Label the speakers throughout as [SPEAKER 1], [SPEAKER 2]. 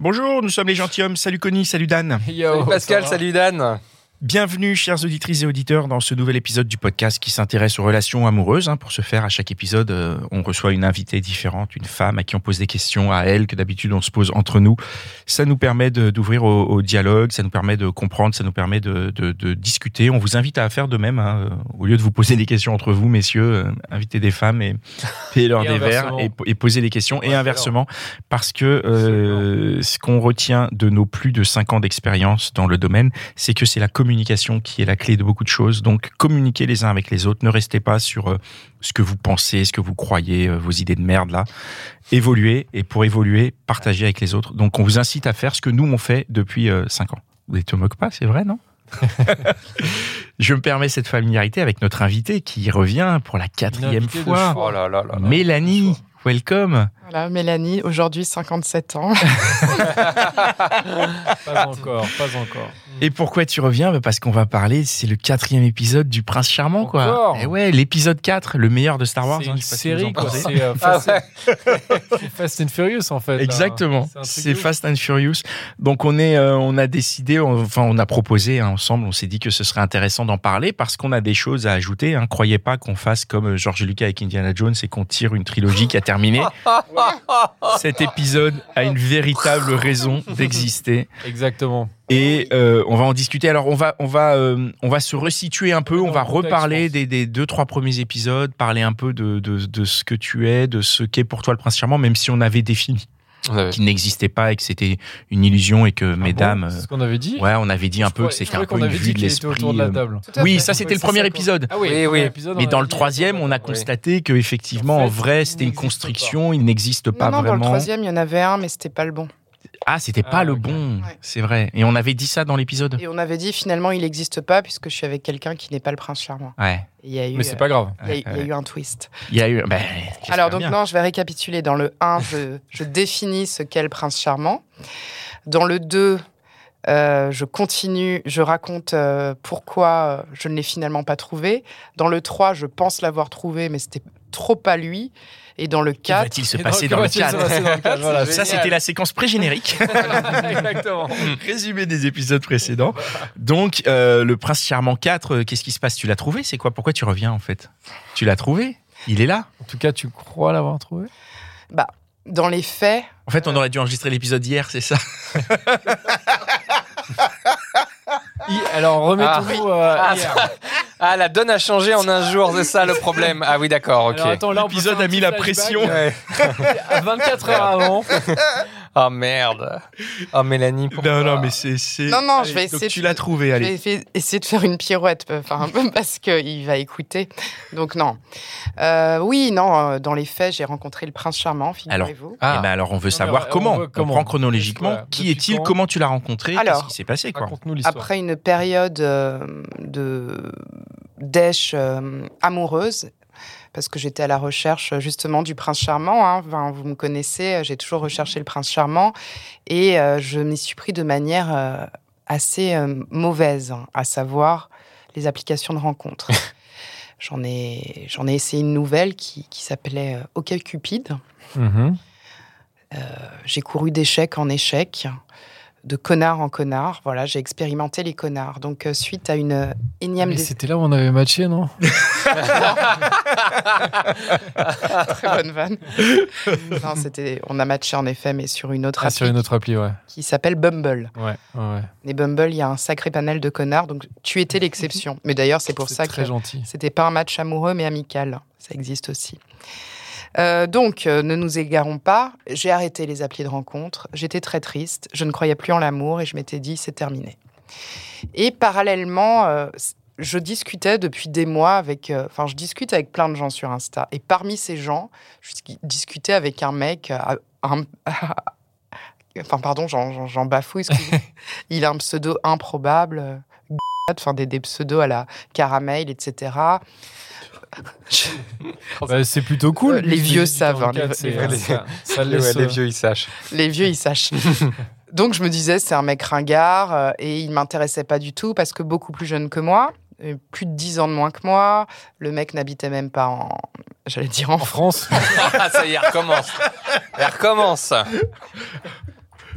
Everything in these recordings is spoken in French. [SPEAKER 1] Bonjour, nous sommes les gentilshommes. Salut Connie, salut Dan.
[SPEAKER 2] Yo,
[SPEAKER 3] Salut Pascal,
[SPEAKER 2] ça va
[SPEAKER 3] salut Dan.
[SPEAKER 1] Bienvenue, chers auditrices et auditeurs, dans ce nouvel épisode du podcast qui s'intéresse aux relations amoureuses. hein. Pour ce faire, à chaque épisode, euh, on reçoit une invitée différente, une femme à qui on pose des questions à elle que d'habitude on se pose entre nous. Ça nous permet de- d'ouvrir au, au dialogue, ça nous permet de comprendre, ça nous permet de, de- de discuter. On vous invite à faire de même. hein. Au lieu de vous poser des questions entre vous, messieurs, euh, invitez des femmes et payez-leur
[SPEAKER 2] Et
[SPEAKER 1] des verres
[SPEAKER 2] inversement.
[SPEAKER 1] et, et poser des questions.
[SPEAKER 2] Ouais,
[SPEAKER 1] et inversement, parce que euh, ce qu'on retient de nos plus de 5 ans d'expérience dans le domaine, c'est que c'est la communication qui est la clé de beaucoup de choses. Donc, communiquez les uns avec les autres. Ne restez pas sur euh, ce que vous pensez, ce que vous croyez, euh, vos idées de merde là. Évoluez et pour évoluer, partagez avec les autres. Donc, on vous incite à faire ce que nous on fait depuis 5 ans. Vous ne te moques pas, c'est vrai, non Je me permets cette familiarité avec notre invité qui revient pour la quatrième
[SPEAKER 2] invitée de
[SPEAKER 1] fois.
[SPEAKER 2] choix.
[SPEAKER 3] Oh là là là. là.
[SPEAKER 1] Mélanie, welcome.
[SPEAKER 4] Voilà, Mélanie, aujourd'hui 57 ans.
[SPEAKER 2] Ah, Pas encore, pas encore.
[SPEAKER 1] Et pourquoi tu reviens Bah Parce qu'on va parler, c'est le quatrième épisode du Prince Charmant, quoi.
[SPEAKER 2] Encore
[SPEAKER 1] Et ouais, l'épisode 4, le meilleur de Star Wars.
[SPEAKER 2] C'est
[SPEAKER 1] hein,
[SPEAKER 2] une
[SPEAKER 1] je sais pas si vous en
[SPEAKER 2] série, quoi.
[SPEAKER 1] pensez.
[SPEAKER 2] C'est euh,
[SPEAKER 3] Ah
[SPEAKER 2] Fast,
[SPEAKER 3] ouais.
[SPEAKER 2] c'est Fast and Furious, en fait. là.
[SPEAKER 1] Exactement,
[SPEAKER 2] un truc
[SPEAKER 1] c'est
[SPEAKER 2] de ouf.
[SPEAKER 1] Fast and Furious. Donc on est, euh, on a décidé, on- enfin on a proposé hein, ensemble, on s'est dit que ce serait intéressant d'en parler parce qu'on a des choses à ajouter. Hein. Croyez pas qu'on fasse comme euh, George Lucas avec Indiana Jones et qu'on tire une trilogie qui a terminé. Cet épisode a une véritable raison d'exister.
[SPEAKER 2] Exactement.
[SPEAKER 1] Et euh, on va en discuter. Alors on va on va euh, on va se resituer un peu.
[SPEAKER 2] Dans
[SPEAKER 1] On
[SPEAKER 2] le
[SPEAKER 1] va
[SPEAKER 2] contexte,
[SPEAKER 1] reparler
[SPEAKER 2] je pense.
[SPEAKER 1] des, des deux trois premiers épisodes, parler un peu de, de, de ce que tu es, de ce qu'est pour toi le prince charmant, même si on avait défini
[SPEAKER 3] On avait-
[SPEAKER 1] qu'il n'existait pas et que c'était une illusion et que
[SPEAKER 2] Ah
[SPEAKER 1] mesdames,
[SPEAKER 2] bon, c'est ce qu'on avait
[SPEAKER 1] euh,
[SPEAKER 2] dit.
[SPEAKER 1] ouais, on avait dit un
[SPEAKER 2] Je
[SPEAKER 1] peu que
[SPEAKER 2] crois- je
[SPEAKER 1] c'était
[SPEAKER 2] crois
[SPEAKER 1] un peu
[SPEAKER 2] qu'on
[SPEAKER 1] une
[SPEAKER 2] avait dit
[SPEAKER 1] vue de
[SPEAKER 2] qu'il était
[SPEAKER 1] l'esprit.
[SPEAKER 2] autour de la
[SPEAKER 1] euh,
[SPEAKER 2] table.
[SPEAKER 1] Oui, ça c'était
[SPEAKER 2] Oui,
[SPEAKER 1] le
[SPEAKER 2] c'est
[SPEAKER 1] premier
[SPEAKER 2] ça, quoi.
[SPEAKER 1] épisode.
[SPEAKER 2] Ah oui,
[SPEAKER 3] Oui,
[SPEAKER 2] le premier
[SPEAKER 3] oui.
[SPEAKER 2] épisode,
[SPEAKER 1] Mais
[SPEAKER 2] on
[SPEAKER 1] dans
[SPEAKER 2] avait
[SPEAKER 1] le
[SPEAKER 2] dit-
[SPEAKER 1] troisième, on a
[SPEAKER 2] Oui.
[SPEAKER 1] constaté que effectivement,
[SPEAKER 2] En fait,
[SPEAKER 1] en vrai,
[SPEAKER 2] il
[SPEAKER 1] c'était une
[SPEAKER 2] n'existe
[SPEAKER 1] construction, il n'existe pas
[SPEAKER 4] non, non, dans le
[SPEAKER 1] vraiment.
[SPEAKER 4] troisième, il y en avait un, mais c'était pas le bon.
[SPEAKER 1] Ah, c'était pas
[SPEAKER 2] Ah,
[SPEAKER 1] le
[SPEAKER 2] ok.
[SPEAKER 1] bon,
[SPEAKER 4] Ouais.
[SPEAKER 1] c'est vrai. Et on avait dit ça dans l'épisode.
[SPEAKER 4] Et on avait dit finalement, il n'existe pas puisque je suis avec quelqu'un qui n'est pas le prince charmant.
[SPEAKER 1] Ouais.
[SPEAKER 4] Et Il y a eu,
[SPEAKER 2] Mais c'est
[SPEAKER 4] euh,
[SPEAKER 2] pas grave.
[SPEAKER 4] il y a- il y a eu un twist.
[SPEAKER 1] Il y a eu. ben, j'espère
[SPEAKER 4] Alors donc
[SPEAKER 1] bien.
[SPEAKER 4] non, je vais récapituler. Dans le 1, je, je définis ce qu'est le prince charmant. Dans le 2, euh, je continue, je raconte euh, pourquoi euh, je ne l'ai finalement pas trouvé. Dans le 3, je pense l'avoir trouvé, mais c'était trop pas lui. Et dans le
[SPEAKER 1] Que
[SPEAKER 4] 4,
[SPEAKER 1] va-t-il se
[SPEAKER 2] Et
[SPEAKER 1] passer
[SPEAKER 2] donc,
[SPEAKER 1] dans le
[SPEAKER 2] Mathieu, ça
[SPEAKER 1] cadre
[SPEAKER 2] va passer dans le cadre, voilà.
[SPEAKER 1] Ça, c'était la séquence pré-générique.
[SPEAKER 2] Exactement.
[SPEAKER 1] Résumé des épisodes précédents. Donc, euh, le Prince Charmant 4, euh, qu'est-ce qui se passe Tu l'as trouvé C'est quoi Pourquoi tu reviens en fait Tu l'as trouvé Il est là
[SPEAKER 2] En tout cas, tu crois l'avoir trouvé
[SPEAKER 4] dans les faits,
[SPEAKER 1] En fait, on aurait dû enregistrer l'épisode hier, c'est ça
[SPEAKER 2] I- Alors,
[SPEAKER 3] Ah.
[SPEAKER 2] remettons-nous euh,
[SPEAKER 3] Ah,
[SPEAKER 2] hier.
[SPEAKER 3] Ah, la donne a changé en un jour, c'est ça le problème. Ah oui, d'accord, ok.
[SPEAKER 2] Alors, attends, là, on peut
[SPEAKER 1] L'épisode
[SPEAKER 2] faire un
[SPEAKER 1] a mis
[SPEAKER 2] petit
[SPEAKER 1] la
[SPEAKER 2] flashback.
[SPEAKER 1] pression.
[SPEAKER 3] Ouais.
[SPEAKER 2] À 24 heures avant.
[SPEAKER 3] Oh merde. Oh Mélanie. pourquoi
[SPEAKER 1] Non, non, mais c'est. c'est-
[SPEAKER 4] Non, non, je
[SPEAKER 1] Allez,
[SPEAKER 4] vais
[SPEAKER 1] donc
[SPEAKER 4] essayer
[SPEAKER 1] tu
[SPEAKER 4] de-
[SPEAKER 1] l'as trouvé, allez.
[SPEAKER 4] J'ai fait- essayé de faire une pirouette, euh, enfin, parce qu'il va écouter. Donc, non. Euh, oui, non, euh, dans les faits, j'ai rencontré le prince charmant, figurez-vous.
[SPEAKER 3] Ah.
[SPEAKER 1] Eh ben, alors, on veut
[SPEAKER 2] Non,
[SPEAKER 1] savoir
[SPEAKER 2] mais on
[SPEAKER 1] comment.
[SPEAKER 2] veut
[SPEAKER 1] On
[SPEAKER 2] comment.
[SPEAKER 1] prend chronologiquement.
[SPEAKER 2] Voilà.
[SPEAKER 1] Qui
[SPEAKER 2] Depuis
[SPEAKER 1] est-il
[SPEAKER 2] quand
[SPEAKER 1] Comment tu l'as rencontré Qu'est-ce
[SPEAKER 4] Alors.
[SPEAKER 1] qui s'est passé quoi
[SPEAKER 2] Raconte-nous l'histoire.
[SPEAKER 4] Après une période euh, de d'èche euh, amoureuse, parce que j'étais à la recherche euh, justement du prince charmant. hein. Enfin, vous me connaissez, euh, j'ai toujours recherché le prince charmant et euh, je m'y suis pris de manière euh, assez euh, mauvaise, hein, à savoir les applications de rencontres. J'en ai, j'en ai essayé une nouvelle qui, qui s'appelait euh, OkCupid.
[SPEAKER 2] Mhm.
[SPEAKER 4] J'ai couru d'échec en échec, de connard en connard. Voilà, j'ai expérimenté les connards. Donc, euh, suite à une euh, énième
[SPEAKER 2] Ah, Mais
[SPEAKER 4] des
[SPEAKER 2] c'était là où on avait matché, non Ah,
[SPEAKER 4] très bonne vanne. non, c'était, on a matché en effet, mais sur une autre
[SPEAKER 2] Ah,
[SPEAKER 4] appli
[SPEAKER 2] Sur une autre appli, ouais.
[SPEAKER 4] qui s'appelle Bumble.
[SPEAKER 2] Ouais, ouais.
[SPEAKER 4] Et Bumble, il y a un sacré panel de connards. Donc, tu étais l'exception. Mais d'ailleurs, c'est pour
[SPEAKER 2] C'est
[SPEAKER 4] ça
[SPEAKER 2] très
[SPEAKER 4] que
[SPEAKER 2] gentil.
[SPEAKER 4] C'était pas un match amoureux, mais amical. Ça existe aussi. Euh, donc, euh, ne nous égarons pas. J'ai arrêté les applis de rencontre. J'étais très triste. Je ne croyais plus en l'amour et je m'étais dit, c'est terminé. Et parallèlement, euh, s- je discutais depuis des mois avec. euh, Enfin, je discute avec plein de gens sur Insta. Et parmi ces gens, je dis- discutais avec un mec euh, un- enfin, pardon, j'en- j'en j'en bafoue, excusez-moi. Il a un pseudo improbable, euh, enfin, des, des pseudos à la caramel, etc.
[SPEAKER 2] Bah, c'est plutôt cool.
[SPEAKER 4] Euh, les
[SPEAKER 2] Juste
[SPEAKER 4] vieux
[SPEAKER 2] du
[SPEAKER 4] savent, hein,
[SPEAKER 2] 44,
[SPEAKER 4] les-
[SPEAKER 2] c'est-
[SPEAKER 3] les-
[SPEAKER 2] ça- ça
[SPEAKER 3] Ouais,
[SPEAKER 2] laisse,
[SPEAKER 3] les
[SPEAKER 2] euh,
[SPEAKER 3] vieux, ils sachent.
[SPEAKER 4] Les vieux, ils sachent. Donc, je me disais, c'est un mec ringard euh, et il m'intéressait pas du tout parce que beaucoup plus jeune que moi, euh, plus de 10 ans de moins que moi, le mec n'habitait même pas en. J'allais dire en
[SPEAKER 2] En France,
[SPEAKER 3] Ah, ça y est, elle recommence. Elle recommence.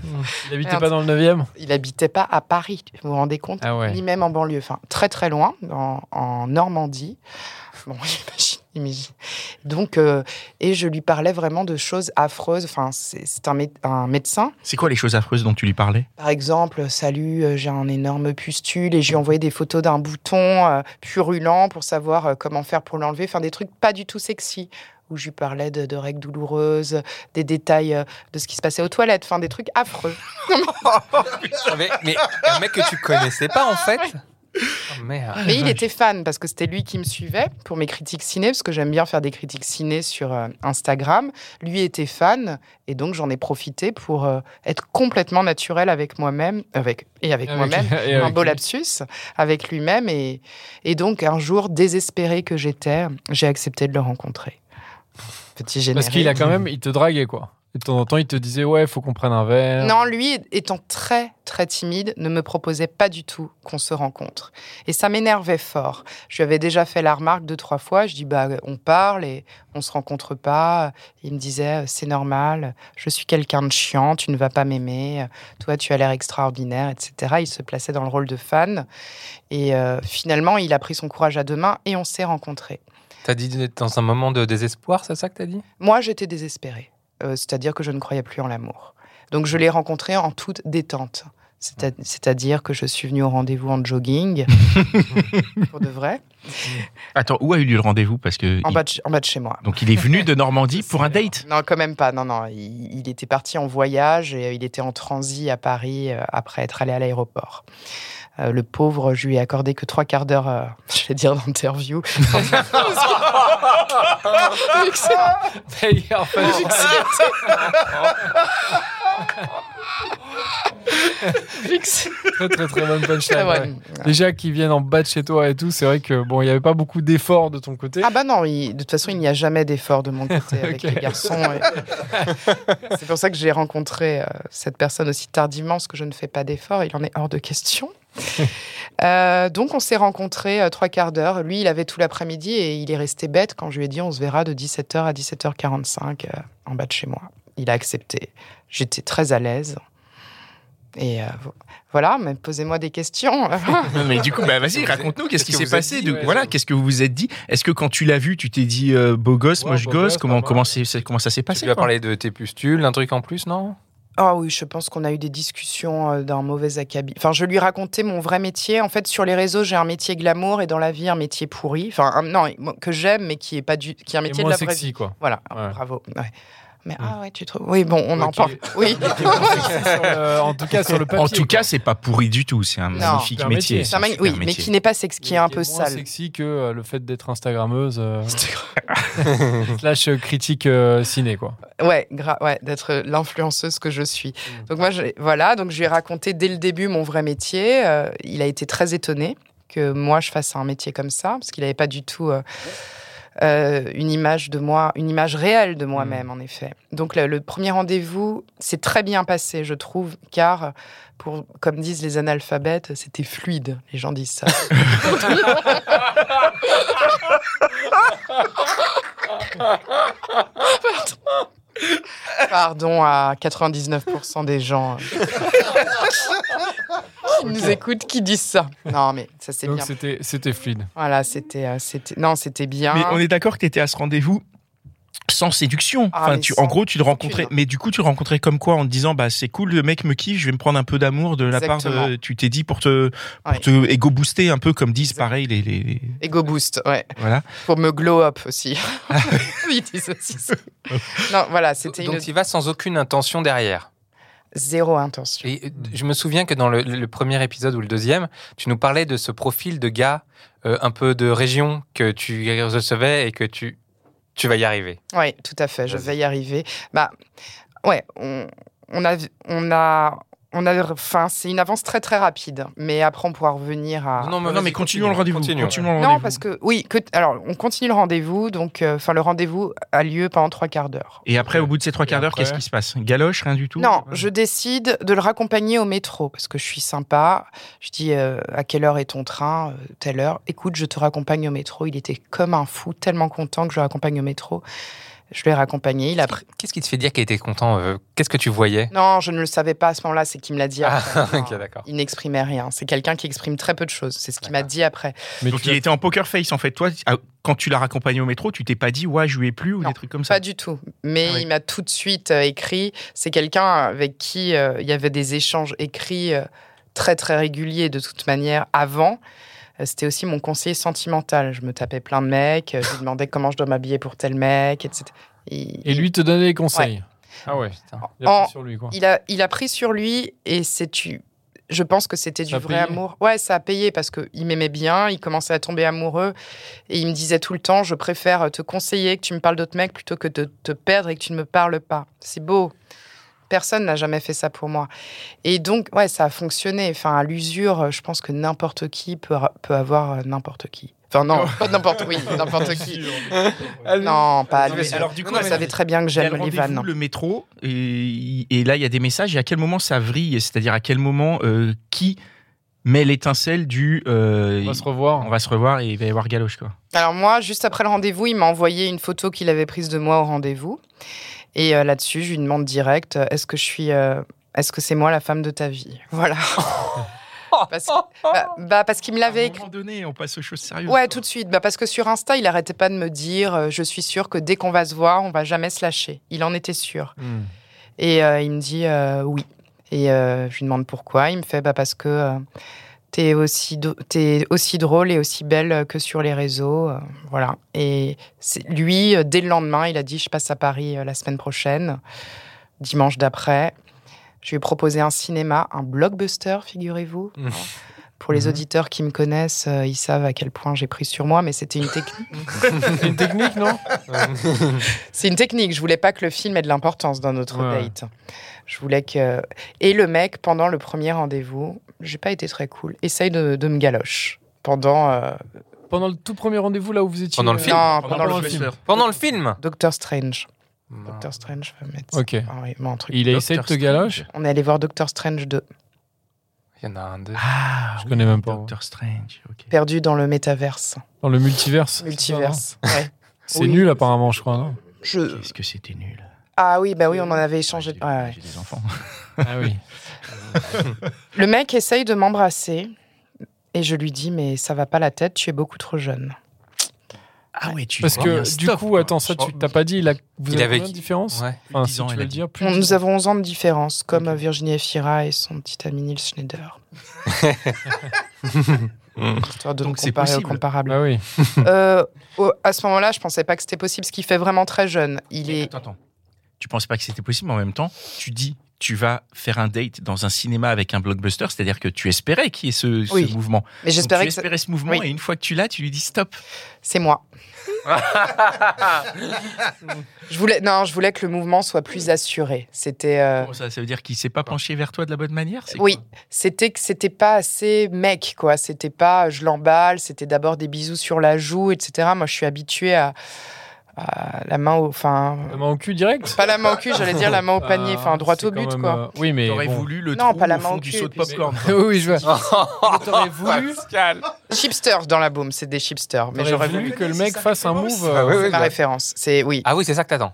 [SPEAKER 2] il habitait
[SPEAKER 4] Merde.
[SPEAKER 2] pas dans le 9
[SPEAKER 4] Il habitait pas à Paris, vous vous rendez compte
[SPEAKER 2] Ah ouais.
[SPEAKER 4] Ni même en banlieue, enfin très très loin, en, en Normandie. Bon, imagine, imagine. Donc, euh, et je lui parlais vraiment de choses affreuses. Enfin, c'est c'est un, mé- un médecin.
[SPEAKER 1] C'est quoi les choses affreuses dont tu lui parlais
[SPEAKER 4] Par exemple, salut, euh, j'ai un énorme pustule et j'ai envoyé des photos d'un bouton euh, purulent pour savoir euh, comment faire pour l'enlever. Enfin, des trucs pas du tout sexy. Où je lui parlais de, de règles douloureuses, des détails euh, de ce qui se passait aux toilettes. Enfin, des trucs affreux.
[SPEAKER 3] Mais, mais un mec que tu connaissais pas, en fait Oh, merde.
[SPEAKER 4] Mais il était fan parce que c'était lui qui me suivait pour mes critiques ciné, parce que j'aime bien faire des critiques ciné sur euh, Instagram. Lui était fan et donc j'en ai profité pour euh, être complètement naturel avec moi-même, avec et
[SPEAKER 2] Ah
[SPEAKER 4] avec, moi-même.
[SPEAKER 2] eh
[SPEAKER 4] Un beau lapsus avec lui-même et, et donc un jour désespéré que j'étais, j'ai accepté de le rencontrer. Petit générique.
[SPEAKER 2] Parce qu'il a quand même, il te draguait quoi. Et de temps en temps, il te disait ouais, faut qu'on prenne un verre.
[SPEAKER 4] Non, lui, étant très, très timide, ne me proposait pas du tout qu'on se rencontre. Et ça m'énervait fort. Je lui avais déjà fait la remarque deux, trois fois. Je dis, bah, on parle et on se rencontre pas. Il me disait, euh, c'est normal, je suis quelqu'un de chiant, tu ne vas pas m'aimer, toi, tu as l'air extraordinaire, etc. Il se plaçait dans le rôle de fan. Et euh, finalement, il a pris son courage à deux mains et on s'est rencontrés.
[SPEAKER 3] T'as dit d'être dans un moment de désespoir, c'est ça que t'as dit
[SPEAKER 4] Moi, j'étais désespérée, Euh, c'est-à-dire que je ne croyais plus en l'amour. Donc, je l'ai rencontré en toute détente. C'est-à- C'est-à-dire que je suis venue au rendez-vous en jogging, pour de vrai,
[SPEAKER 1] Attends, où a eu lieu le rendez-vous Parce que
[SPEAKER 4] en
[SPEAKER 1] il-
[SPEAKER 4] bas de, ch- en bas de chez moi.
[SPEAKER 1] donc il est venu de Normandie pour un date.
[SPEAKER 4] Non, quand même pas. Non, non. Il, il était parti en voyage et euh, il était en transit à Paris euh, après être allé à l'aéroport. Euh, le pauvre, je lui ai accordé que trois quarts d'heure, euh, je vais dire, d'interview.
[SPEAKER 2] D'ailleurs, pas du tout. très très très bonne
[SPEAKER 4] Ah
[SPEAKER 2] punchline. ouais. Déjà qu'ils viennent en bas de chez toi et tout, c'est vrai que bon, il n'y avait pas beaucoup d'efforts de ton côté.
[SPEAKER 4] Ah bah non, il- de toute façon, il n'y a jamais d'effort de mon côté avec
[SPEAKER 2] Ok.
[SPEAKER 4] les garçons. et- C'est pour ça que j'ai rencontré euh, cette personne aussi tardivement, parce que je ne fais pas d'effort, il en est hors de question. Euh, donc on s'est rencontrés euh, trois quarts d'heure. Lui, il avait tout l'après-midi et il est resté bête quand je lui ai dit on se verra de 17h à 17h45 euh, en bas de chez moi. Il a accepté. J'étais très à l'aise. Et euh, vo- voilà, mais posez-moi des questions.
[SPEAKER 1] Mais du coup, bah, vas-y, raconte-nous qu'est-ce qui
[SPEAKER 3] Qu'est-ce
[SPEAKER 1] s'est
[SPEAKER 3] que vous êtes
[SPEAKER 1] passé.
[SPEAKER 3] dit,
[SPEAKER 1] de-
[SPEAKER 3] ouais,
[SPEAKER 1] voilà,
[SPEAKER 3] c'est-
[SPEAKER 1] qu'est-ce que vous vous êtes dit Est-ce que quand tu l'as vu, tu t'es dit euh, beau gosse,
[SPEAKER 2] Ouais,
[SPEAKER 1] moche
[SPEAKER 2] beau
[SPEAKER 1] gosse
[SPEAKER 2] gosse,
[SPEAKER 1] Comment
[SPEAKER 2] pas
[SPEAKER 1] comment
[SPEAKER 2] mal.
[SPEAKER 1] c'est c'est- comment ça s'est
[SPEAKER 3] Tu
[SPEAKER 1] passé
[SPEAKER 3] lui as
[SPEAKER 1] quoi
[SPEAKER 3] parlé de tes pustules, un truc en plus, non
[SPEAKER 4] Ah oui, je pense qu'on a eu des discussions euh, d'un mauvais acabit. Enfin, je lui racontais mon vrai métier. En fait, sur les réseaux, j'ai un métier glamour et dans la vie, un métier pourri. Enfin, un- non, moi, que j'aime, mais qui est pas du, qui est un
[SPEAKER 2] Et
[SPEAKER 4] métier de
[SPEAKER 2] moins
[SPEAKER 4] la vraie vie.
[SPEAKER 2] sexy quoi.
[SPEAKER 4] Voilà, Ah,
[SPEAKER 2] Ouais.
[SPEAKER 4] bravo. Ouais. Mais ah ouais, tu trouves. Oui, bon, on en
[SPEAKER 2] Ok.
[SPEAKER 4] parle. Oui.
[SPEAKER 2] Sur
[SPEAKER 4] euh,
[SPEAKER 2] le- en tout cas sur le papier.
[SPEAKER 1] En tout cas, c'est pas pourri du tout. C'est un
[SPEAKER 4] Non.
[SPEAKER 1] magnifique
[SPEAKER 2] Super
[SPEAKER 1] métier.
[SPEAKER 2] métier.
[SPEAKER 4] C'est
[SPEAKER 1] c'est
[SPEAKER 4] un
[SPEAKER 1] un
[SPEAKER 4] mag-
[SPEAKER 1] super
[SPEAKER 4] oui, mais
[SPEAKER 1] métier.
[SPEAKER 4] qui n'est pas sexe, qui est un peu
[SPEAKER 2] moins
[SPEAKER 4] sale.
[SPEAKER 2] sexy que euh, le fait d'être Instagrammeuse euh, slash euh, critique euh, ciné quoi.
[SPEAKER 4] Ouais, gra- ouais, d'être l'influenceuse que je suis. Donc moi, j'ai- voilà, donc je lui ai raconté dès le début mon vrai métier. Euh, il a été très étonné que moi je fasse un métier comme ça, parce qu'il n'avait pas du tout euh, euh, une image de moi, une image réelle de moi-même en effet. Donc le, le premier rendez-vous s'est très bien passé, je trouve, car pour, comme disent les analphabètes, c'était fluide. Les gens disent ça. Pardon à 99% des gens euh, qui nous écoutent qui disent ça. Non, mais ça c'est
[SPEAKER 2] Donc
[SPEAKER 4] bien.
[SPEAKER 2] c'était c'était fluide.
[SPEAKER 4] Voilà, c'était, euh, c'était, non, c'était bien.
[SPEAKER 1] Mais on est d'accord que tu étais à ce rendez-vous sans séduction.
[SPEAKER 4] Ah,
[SPEAKER 1] enfin,
[SPEAKER 4] mais
[SPEAKER 1] tu,
[SPEAKER 4] sans
[SPEAKER 1] en gros, tu le rencontrais.
[SPEAKER 4] aucune.
[SPEAKER 1] Mais du coup, tu le rencontrais comme quoi En te disant, bah, c'est cool, le mec me kiffe, je vais me prendre un peu d'amour de la part de.
[SPEAKER 4] Exactement.
[SPEAKER 1] Tu t'es dit pour te, pour
[SPEAKER 4] Ouais.
[SPEAKER 1] te ego-booster un peu, comme disent pareil les. les- les-
[SPEAKER 4] Ego boost, ouais.
[SPEAKER 1] Voilà.
[SPEAKER 4] Pour me glow up aussi. Ils disent aussi ça. Non, voilà, c'était
[SPEAKER 3] Donc
[SPEAKER 4] une
[SPEAKER 3] tu y vas sans aucune intention derrière.
[SPEAKER 4] zéro intention.
[SPEAKER 3] Et euh, je me souviens que dans le, le premier épisode ou le deuxième, tu nous parlais de ce profil de gars euh, un peu de région que tu recevais et que tu, tu vas y arriver.
[SPEAKER 4] Oui, tout à fait, je
[SPEAKER 3] Vas-y.
[SPEAKER 4] vais y arriver. Bah, ouais, on, on a, on a, on a, enfin, c'est une avance très très rapide. Mais après, on pourra revenir à.
[SPEAKER 1] Non, mais, non, mais continuons le rendez-vous.
[SPEAKER 3] Continuons.
[SPEAKER 1] continuons le
[SPEAKER 4] Non,
[SPEAKER 1] rendez-vous.
[SPEAKER 4] parce que oui, que, alors on continue le rendez-vous, donc euh, enfin le rendez-vous a lieu pendant trois quarts d'heure.
[SPEAKER 1] Et après, au bout de ces trois
[SPEAKER 2] Et
[SPEAKER 1] quarts d'heure,
[SPEAKER 2] après
[SPEAKER 1] qu'est-ce qui se passe Galoche, rien du tout
[SPEAKER 4] Non, je décide de le raccompagner au métro parce que je suis sympa. Je dis euh, à quelle heure est ton train Euh, Telle heure. Écoute, je te raccompagne au métro. Il était comme un fou, tellement content que je le raccompagne au métro. Je l'ai raccompagné. Il a pris.
[SPEAKER 3] Qu'est-ce qui te fait dire qu'il était content euh, Qu'est-ce que tu voyais
[SPEAKER 4] Non, je ne le savais pas à ce moment-là. C'est qu'il me l'a dit.
[SPEAKER 3] Ah,
[SPEAKER 4] après. Enfin,
[SPEAKER 3] ok, d'accord.
[SPEAKER 4] Il n'exprimait rien. C'est quelqu'un qui exprime très peu de choses. C'est ce qu'il m'a dit après.
[SPEAKER 2] Mais
[SPEAKER 1] Donc
[SPEAKER 2] tu
[SPEAKER 1] il
[SPEAKER 2] l'as-
[SPEAKER 1] était en poker face en fait. Toi, ah, quand tu l'as raccompagné au métro, tu t'es pas dit ouais, je lui ai plu ou
[SPEAKER 4] Non,
[SPEAKER 1] des trucs comme ça.
[SPEAKER 4] Pas du tout. Mais
[SPEAKER 1] Ah oui.
[SPEAKER 4] il m'a tout de suite euh, écrit. C'est quelqu'un avec qui euh, il y avait des échanges écrits euh, très très réguliers de toute manière avant. Euh, C'était aussi mon conseiller sentimental. Je me tapais plein de mecs, euh, je lui demandais comment je dois m'habiller pour tel mec, etc. Il-
[SPEAKER 2] Et lui te donnait des conseils. Ah ouais.
[SPEAKER 3] Putain.
[SPEAKER 2] Il a
[SPEAKER 4] En-
[SPEAKER 2] pris sur lui quoi.
[SPEAKER 4] il a, il a pris sur lui et c'est tu. Je pense que c'était du
[SPEAKER 2] Ça a
[SPEAKER 4] vrai
[SPEAKER 2] payé.
[SPEAKER 4] amour. Ouais, ça a payé parce que il m'aimait bien, il commençait à tomber amoureux et il me disait tout le temps Je préfère te conseiller que tu me parles d'autres mecs plutôt que de te perdre et que tu ne me parles pas. C'est beau. Personne n'a jamais fait ça pour moi. Et donc, ouais, ça a fonctionné. Enfin, à l'usure, je pense que n'importe qui peut, ra- peut avoir euh, n'importe qui. Enfin, non, pas n'importe oui, n'importe qui. Non, pas à
[SPEAKER 1] Non, mais
[SPEAKER 4] l'usure.
[SPEAKER 1] alors, du coup,
[SPEAKER 4] Vous
[SPEAKER 1] mais-
[SPEAKER 4] savez très bien que
[SPEAKER 1] Il y a
[SPEAKER 4] j'aime
[SPEAKER 1] le
[SPEAKER 4] les
[SPEAKER 1] rendez-vous,
[SPEAKER 4] vannes.
[SPEAKER 1] le métro, et, et là il y a des messages. Et à quel moment ça vrille C'est-à-dire à quel moment euh, qui met l'étincelle du euh,
[SPEAKER 2] On va se revoir.
[SPEAKER 1] on va se revoir et il va y avoir galoche quoi.
[SPEAKER 4] Alors moi, juste après le rendez-vous, il m'a envoyé une photo qu'il avait prise de moi au rendez-vous. Et euh, là-dessus, je lui demande direct, euh, est-ce que je suis... euh, est-ce que c'est moi la femme de ta vie Voilà. parce, que- bah, bah, parce qu'il me
[SPEAKER 1] Ah,
[SPEAKER 4] l'avait... écrit.
[SPEAKER 1] donné, on passe aux choses sérieuses.
[SPEAKER 4] Ouais, tout de suite. Bah, parce que sur Insta, il arrêtait pas de me dire, euh, je suis sûre que dès qu'on va se voir, on va jamais se lâcher. Il en était sûr.
[SPEAKER 2] Hmm.
[SPEAKER 4] Et euh, il me dit euh, oui. Et euh, je lui demande pourquoi. Il me fait bah, parce que euh, t'es aussi, do- t'es aussi drôle et aussi belle que sur les réseaux. euh, voilà. Et c'est- lui, euh, dès le lendemain, il a dit je passe à Paris euh, la semaine prochaine, dimanche d'après. Je lui ai proposé un cinéma, un blockbuster, figurez-vous.
[SPEAKER 3] Mhm.
[SPEAKER 4] Pour les auditeurs qui me connaissent, euh, ils savent à quel point j'ai pris sur moi, mais c'était une technique.
[SPEAKER 2] C'est une technique non
[SPEAKER 4] C'est une technique. Je voulais pas que le film ait de l'importance dans notre
[SPEAKER 2] Ouais.
[SPEAKER 4] date. Je voulais que. Et le mec, pendant le premier rendez-vous, j'ai pas été très cool, essaye de, de me galoche. Pendant euh,
[SPEAKER 2] Pendant le tout premier rendez-vous là où vous étiez.
[SPEAKER 3] Pendant le
[SPEAKER 2] euh,
[SPEAKER 3] film
[SPEAKER 4] Non,
[SPEAKER 2] pendant le film.
[SPEAKER 3] Pendant le film
[SPEAKER 4] Doctor Strange.
[SPEAKER 3] Non.
[SPEAKER 4] Doctor Strange va mettre.
[SPEAKER 2] Ok.
[SPEAKER 4] Ah oui, moi, un truc.
[SPEAKER 2] Il a essayé de te
[SPEAKER 1] Doctor
[SPEAKER 2] galoche.
[SPEAKER 4] On est allé voir Doctor Strange 2,
[SPEAKER 3] Il y en a un, deux.
[SPEAKER 1] Ah,
[SPEAKER 2] Je connais même pas.
[SPEAKER 1] Doctor Strange. ok.
[SPEAKER 4] perdu dans le métaverse.
[SPEAKER 2] Dans le multiverse.
[SPEAKER 4] Multiverse. Ouais.
[SPEAKER 2] C'est
[SPEAKER 4] Oui.
[SPEAKER 2] nul apparemment je crois. Non
[SPEAKER 4] Je-
[SPEAKER 1] Qu'est-ce que c'était nul.
[SPEAKER 4] Ah oui, bah oui, on en avait échangé.
[SPEAKER 1] J'ai
[SPEAKER 4] Ouais, ouais.
[SPEAKER 1] j'ai des enfants.
[SPEAKER 2] ah oui.
[SPEAKER 4] Le mec essaye de m'embrasser et je lui dis mais ça va pas la tête, tu es beaucoup trop jeune.
[SPEAKER 1] Ah ouais, tu
[SPEAKER 2] Parce
[SPEAKER 1] vois, il y a un
[SPEAKER 2] que du
[SPEAKER 1] stuff,
[SPEAKER 2] coup
[SPEAKER 1] quoi.
[SPEAKER 2] attends ça tu t'as pas dit il a vous
[SPEAKER 3] Il
[SPEAKER 2] avez
[SPEAKER 3] avait-
[SPEAKER 2] combien de différence
[SPEAKER 3] Ouais.
[SPEAKER 2] Enfin,
[SPEAKER 1] 10
[SPEAKER 2] si
[SPEAKER 1] ans,
[SPEAKER 2] tu
[SPEAKER 1] il
[SPEAKER 2] veux
[SPEAKER 1] a
[SPEAKER 2] le
[SPEAKER 1] dit.
[SPEAKER 2] dire, plus
[SPEAKER 4] On-
[SPEAKER 2] de
[SPEAKER 4] nous
[SPEAKER 2] dix ans.
[SPEAKER 4] avons 11 ans de différence, comme Virginie Efira et son petit ami Nils Schneider. Histoire de
[SPEAKER 1] Donc,
[SPEAKER 4] Donc
[SPEAKER 1] c'est
[SPEAKER 4] comparer au
[SPEAKER 1] possible.
[SPEAKER 4] comparable.
[SPEAKER 2] Ah oui.
[SPEAKER 4] Euh, au- à ce moment-là, je pensais pas que c'était possible, ce qui fait vraiment très jeune. Il
[SPEAKER 1] Mais
[SPEAKER 4] est.
[SPEAKER 1] Attends, attends. Tu pensais pas que c'était possible, mais en même temps, tu dis, tu vas faire un date dans un cinéma avec un blockbuster, c'est-à-dire que tu espérais qu'il y ait ce, ce
[SPEAKER 4] Oui.
[SPEAKER 1] mouvement. Donc,
[SPEAKER 4] Mais j'espérais
[SPEAKER 1] tu
[SPEAKER 4] que ça-
[SPEAKER 1] espérais ce mouvement,
[SPEAKER 4] oui.
[SPEAKER 1] et une fois que tu l'as, tu lui dis stop.
[SPEAKER 4] c'est moi. je voulais non, je voulais que le mouvement soit plus assuré. C'était. euh,
[SPEAKER 1] Comment ça, ça veut dire qu'il s'est pas penché vers toi de la bonne manière c'est
[SPEAKER 4] Oui,
[SPEAKER 1] quoi
[SPEAKER 4] c'était que c'était pas assez mec, quoi. C'était pas euh, je l'emballe, c'était d'abord des bisous sur la joue, etc. Moi, je suis habituée à, à la main au. Enfin,
[SPEAKER 2] La main au cul direct.
[SPEAKER 4] pas la main au cul, j'allais dire la main au panier,
[SPEAKER 2] Ah,
[SPEAKER 4] enfin, droit
[SPEAKER 2] c'est
[SPEAKER 4] au
[SPEAKER 2] quand
[SPEAKER 4] but,
[SPEAKER 2] même,
[SPEAKER 4] quoi.
[SPEAKER 2] euh, Oui mais
[SPEAKER 1] T'aurais
[SPEAKER 2] bon.
[SPEAKER 1] voulu le
[SPEAKER 4] Non,
[SPEAKER 1] trou
[SPEAKER 4] pas la
[SPEAKER 1] au
[SPEAKER 4] main
[SPEAKER 1] fond
[SPEAKER 4] au
[SPEAKER 1] du
[SPEAKER 4] cul,
[SPEAKER 1] saut de
[SPEAKER 4] puis-
[SPEAKER 1] popcorn.
[SPEAKER 2] oui oui je vois. Mais T'aurais voulu. euh,
[SPEAKER 4] Chipsters dans la boum, c'est des chipsters. Mais j'aurais voulu.
[SPEAKER 2] que le mec fasse un move.
[SPEAKER 3] Ah, oui, oui,
[SPEAKER 2] euh,
[SPEAKER 4] C'est ma
[SPEAKER 3] bah.
[SPEAKER 4] référence. C'est oui.
[SPEAKER 3] Ah oui, c'est ça que t'attends.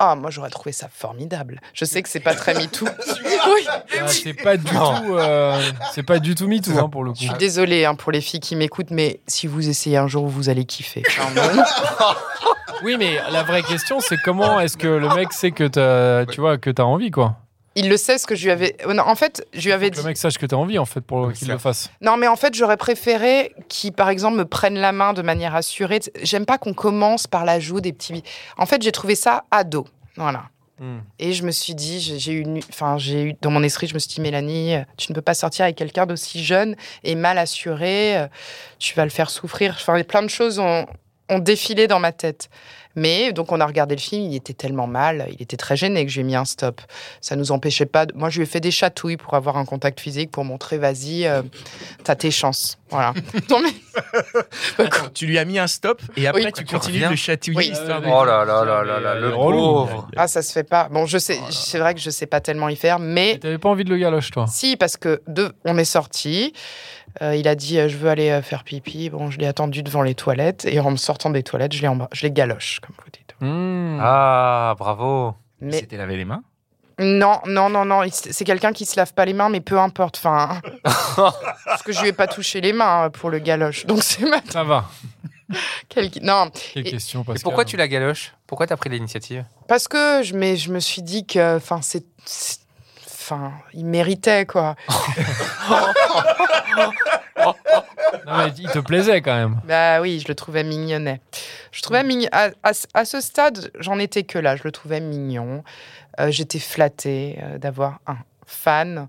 [SPEAKER 4] Ah, moi, j'aurais trouvé ça formidable. Je sais que c'est pas très MeToo. oui.
[SPEAKER 2] ah, C'est pas du
[SPEAKER 3] Non.
[SPEAKER 2] tout. euh, C'est pas du tout MeToo hein, pour le
[SPEAKER 4] Je
[SPEAKER 2] coup.
[SPEAKER 4] suis désolée hein, pour les filles qui m'écoutent, mais si vous essayez un jour, vous allez kiffer.
[SPEAKER 2] Ah
[SPEAKER 4] Pardon.
[SPEAKER 2] Oui mais la vraie question c'est comment est-ce que le mec sait que t'as tu vois que t'as envie quoi.
[SPEAKER 4] Il le sait, ce que je lui avais. Oh, non, en fait, je lui avais
[SPEAKER 2] Que
[SPEAKER 4] dit.
[SPEAKER 2] le mec sache que t'as envie en fait pour
[SPEAKER 3] Oui,
[SPEAKER 2] qu'il
[SPEAKER 3] ça.
[SPEAKER 2] le fasse.
[SPEAKER 4] Non, mais en fait, j'aurais préféré qu'ils, par exemple, me prennent la main de manière assurée. J'aime pas qu'on commence par la joue des petits. bi- En fait, j'ai trouvé ça ado. Voilà. Et je me suis dit, j'ai j'ai eu, une- enfin, j'ai eu dans mon esprit, je me suis dit, Mélanie, euh, tu ne peux pas sortir avec quelqu'un d'aussi jeune et mal assuré. euh, Tu vas le faire souffrir. Enfin, plein de choses ont, ont défilé dans ma tête. Mais donc, on a regardé le film, il était tellement mal, il était très gêné que j'ai mis un stop. Ça nous empêchait pas. de- Moi, je lui ai fait des chatouilles pour avoir un contact physique, pour montrer, vas-y, euh, t'as tes chances. Voilà. Non, mais-
[SPEAKER 1] Attends, tu lui as mis un stop et après
[SPEAKER 4] Oui.
[SPEAKER 1] tu
[SPEAKER 3] Tu
[SPEAKER 1] continues de
[SPEAKER 3] reviens.
[SPEAKER 1] le Euh, chatouiller.
[SPEAKER 4] Oui.
[SPEAKER 1] histoire de-
[SPEAKER 3] Oh là là là là là, le
[SPEAKER 1] C'est relou.
[SPEAKER 3] pauvre.
[SPEAKER 4] Ah, ça se fait pas. Bon, je sais, c'est vrai que je sais pas tellement y faire, mais
[SPEAKER 2] Et T'avais pas envie de le galoche, toi
[SPEAKER 4] Si, parce que deux, on est sorti. il a dit euh, je veux aller euh, faire pipi. Bon, je l'ai attendu devant les toilettes et en me sortant des toilettes, je l'ai embra- je l'ai galoche comme vous dites.
[SPEAKER 2] Hmm.
[SPEAKER 3] Ah, bravo.
[SPEAKER 1] Il
[SPEAKER 4] Mais
[SPEAKER 1] s'était lavé les mains.
[SPEAKER 4] non, non, non, non. il s- C'est quelqu'un qui se lave pas les mains, mais peu importe. Enfin, parce que je lui ai pas touché les mains euh, pour le galoche. Donc c'est ma...
[SPEAKER 2] Ça va.
[SPEAKER 4] quel- Non,
[SPEAKER 2] Quelle
[SPEAKER 4] Et-
[SPEAKER 2] question,
[SPEAKER 3] Et
[SPEAKER 2] Pascal
[SPEAKER 3] pourquoi tu la galoches Pourquoi t'as pris l'initiative
[SPEAKER 4] parce que je, mais je me suis dit que, enfin, c'est, c'est- enfin, il méritait quoi.
[SPEAKER 2] Non, mais il te plaisait quand même. Mm.
[SPEAKER 4] Bah oui, je le trouvais mignonnet. Je trouvais mignon. À, à ce- à ce stade, j'en étais que là. Je le trouvais mignon. Euh, J'étais flattée euh, d'avoir un fan.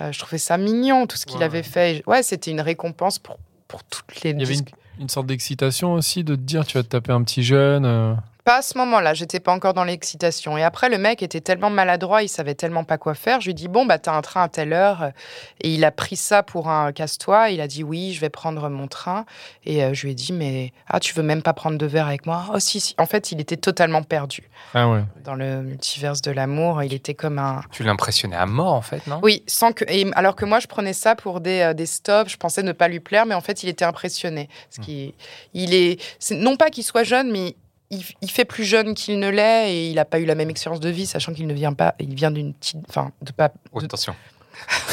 [SPEAKER 4] Euh, je trouvais ça mignon, tout ce qu'il
[SPEAKER 3] Ouais.
[SPEAKER 4] avait fait. Et je- Ouais, c'était une récompense pour, pour toutes les.
[SPEAKER 2] Il y avait
[SPEAKER 4] dis-
[SPEAKER 2] une, une sorte d'excitation aussi de te dire tu vas te taper un petit jeune. euh.
[SPEAKER 4] Pas à ce moment-là, j'étais pas encore dans l'excitation. Et après, le mec était tellement maladroit, il savait tellement pas quoi faire. Je lui dis Bon, bah, t'as un train à telle heure. Et il a pris ça pour un casse-toi. Il a dit Oui, je vais prendre mon train. Et euh, je lui ai dit Mais ah, tu veux même pas prendre de verre avec moi Oh, si, si. En fait, il était totalement perdu.
[SPEAKER 2] Ah ouais.
[SPEAKER 4] Dans le multiverse de l'amour, il était comme un.
[SPEAKER 3] Tu l'impressionnais à mort, en fait,
[SPEAKER 2] Hein
[SPEAKER 3] non
[SPEAKER 4] Oui, sans que. et alors que moi, je prenais ça pour des, euh, des stops, je pensais ne pas lui plaire, mais en fait, il était impressionné. Ce
[SPEAKER 2] Mmh.
[SPEAKER 4] qui, il est, c'est- non pas qu'il soit jeune, mais il, il fait plus jeune qu'il ne l'est et il n'a pas eu la même expérience de vie, sachant qu'il ne vient pas, il vient d'une petite, enfin, de pas
[SPEAKER 3] Oh, attention.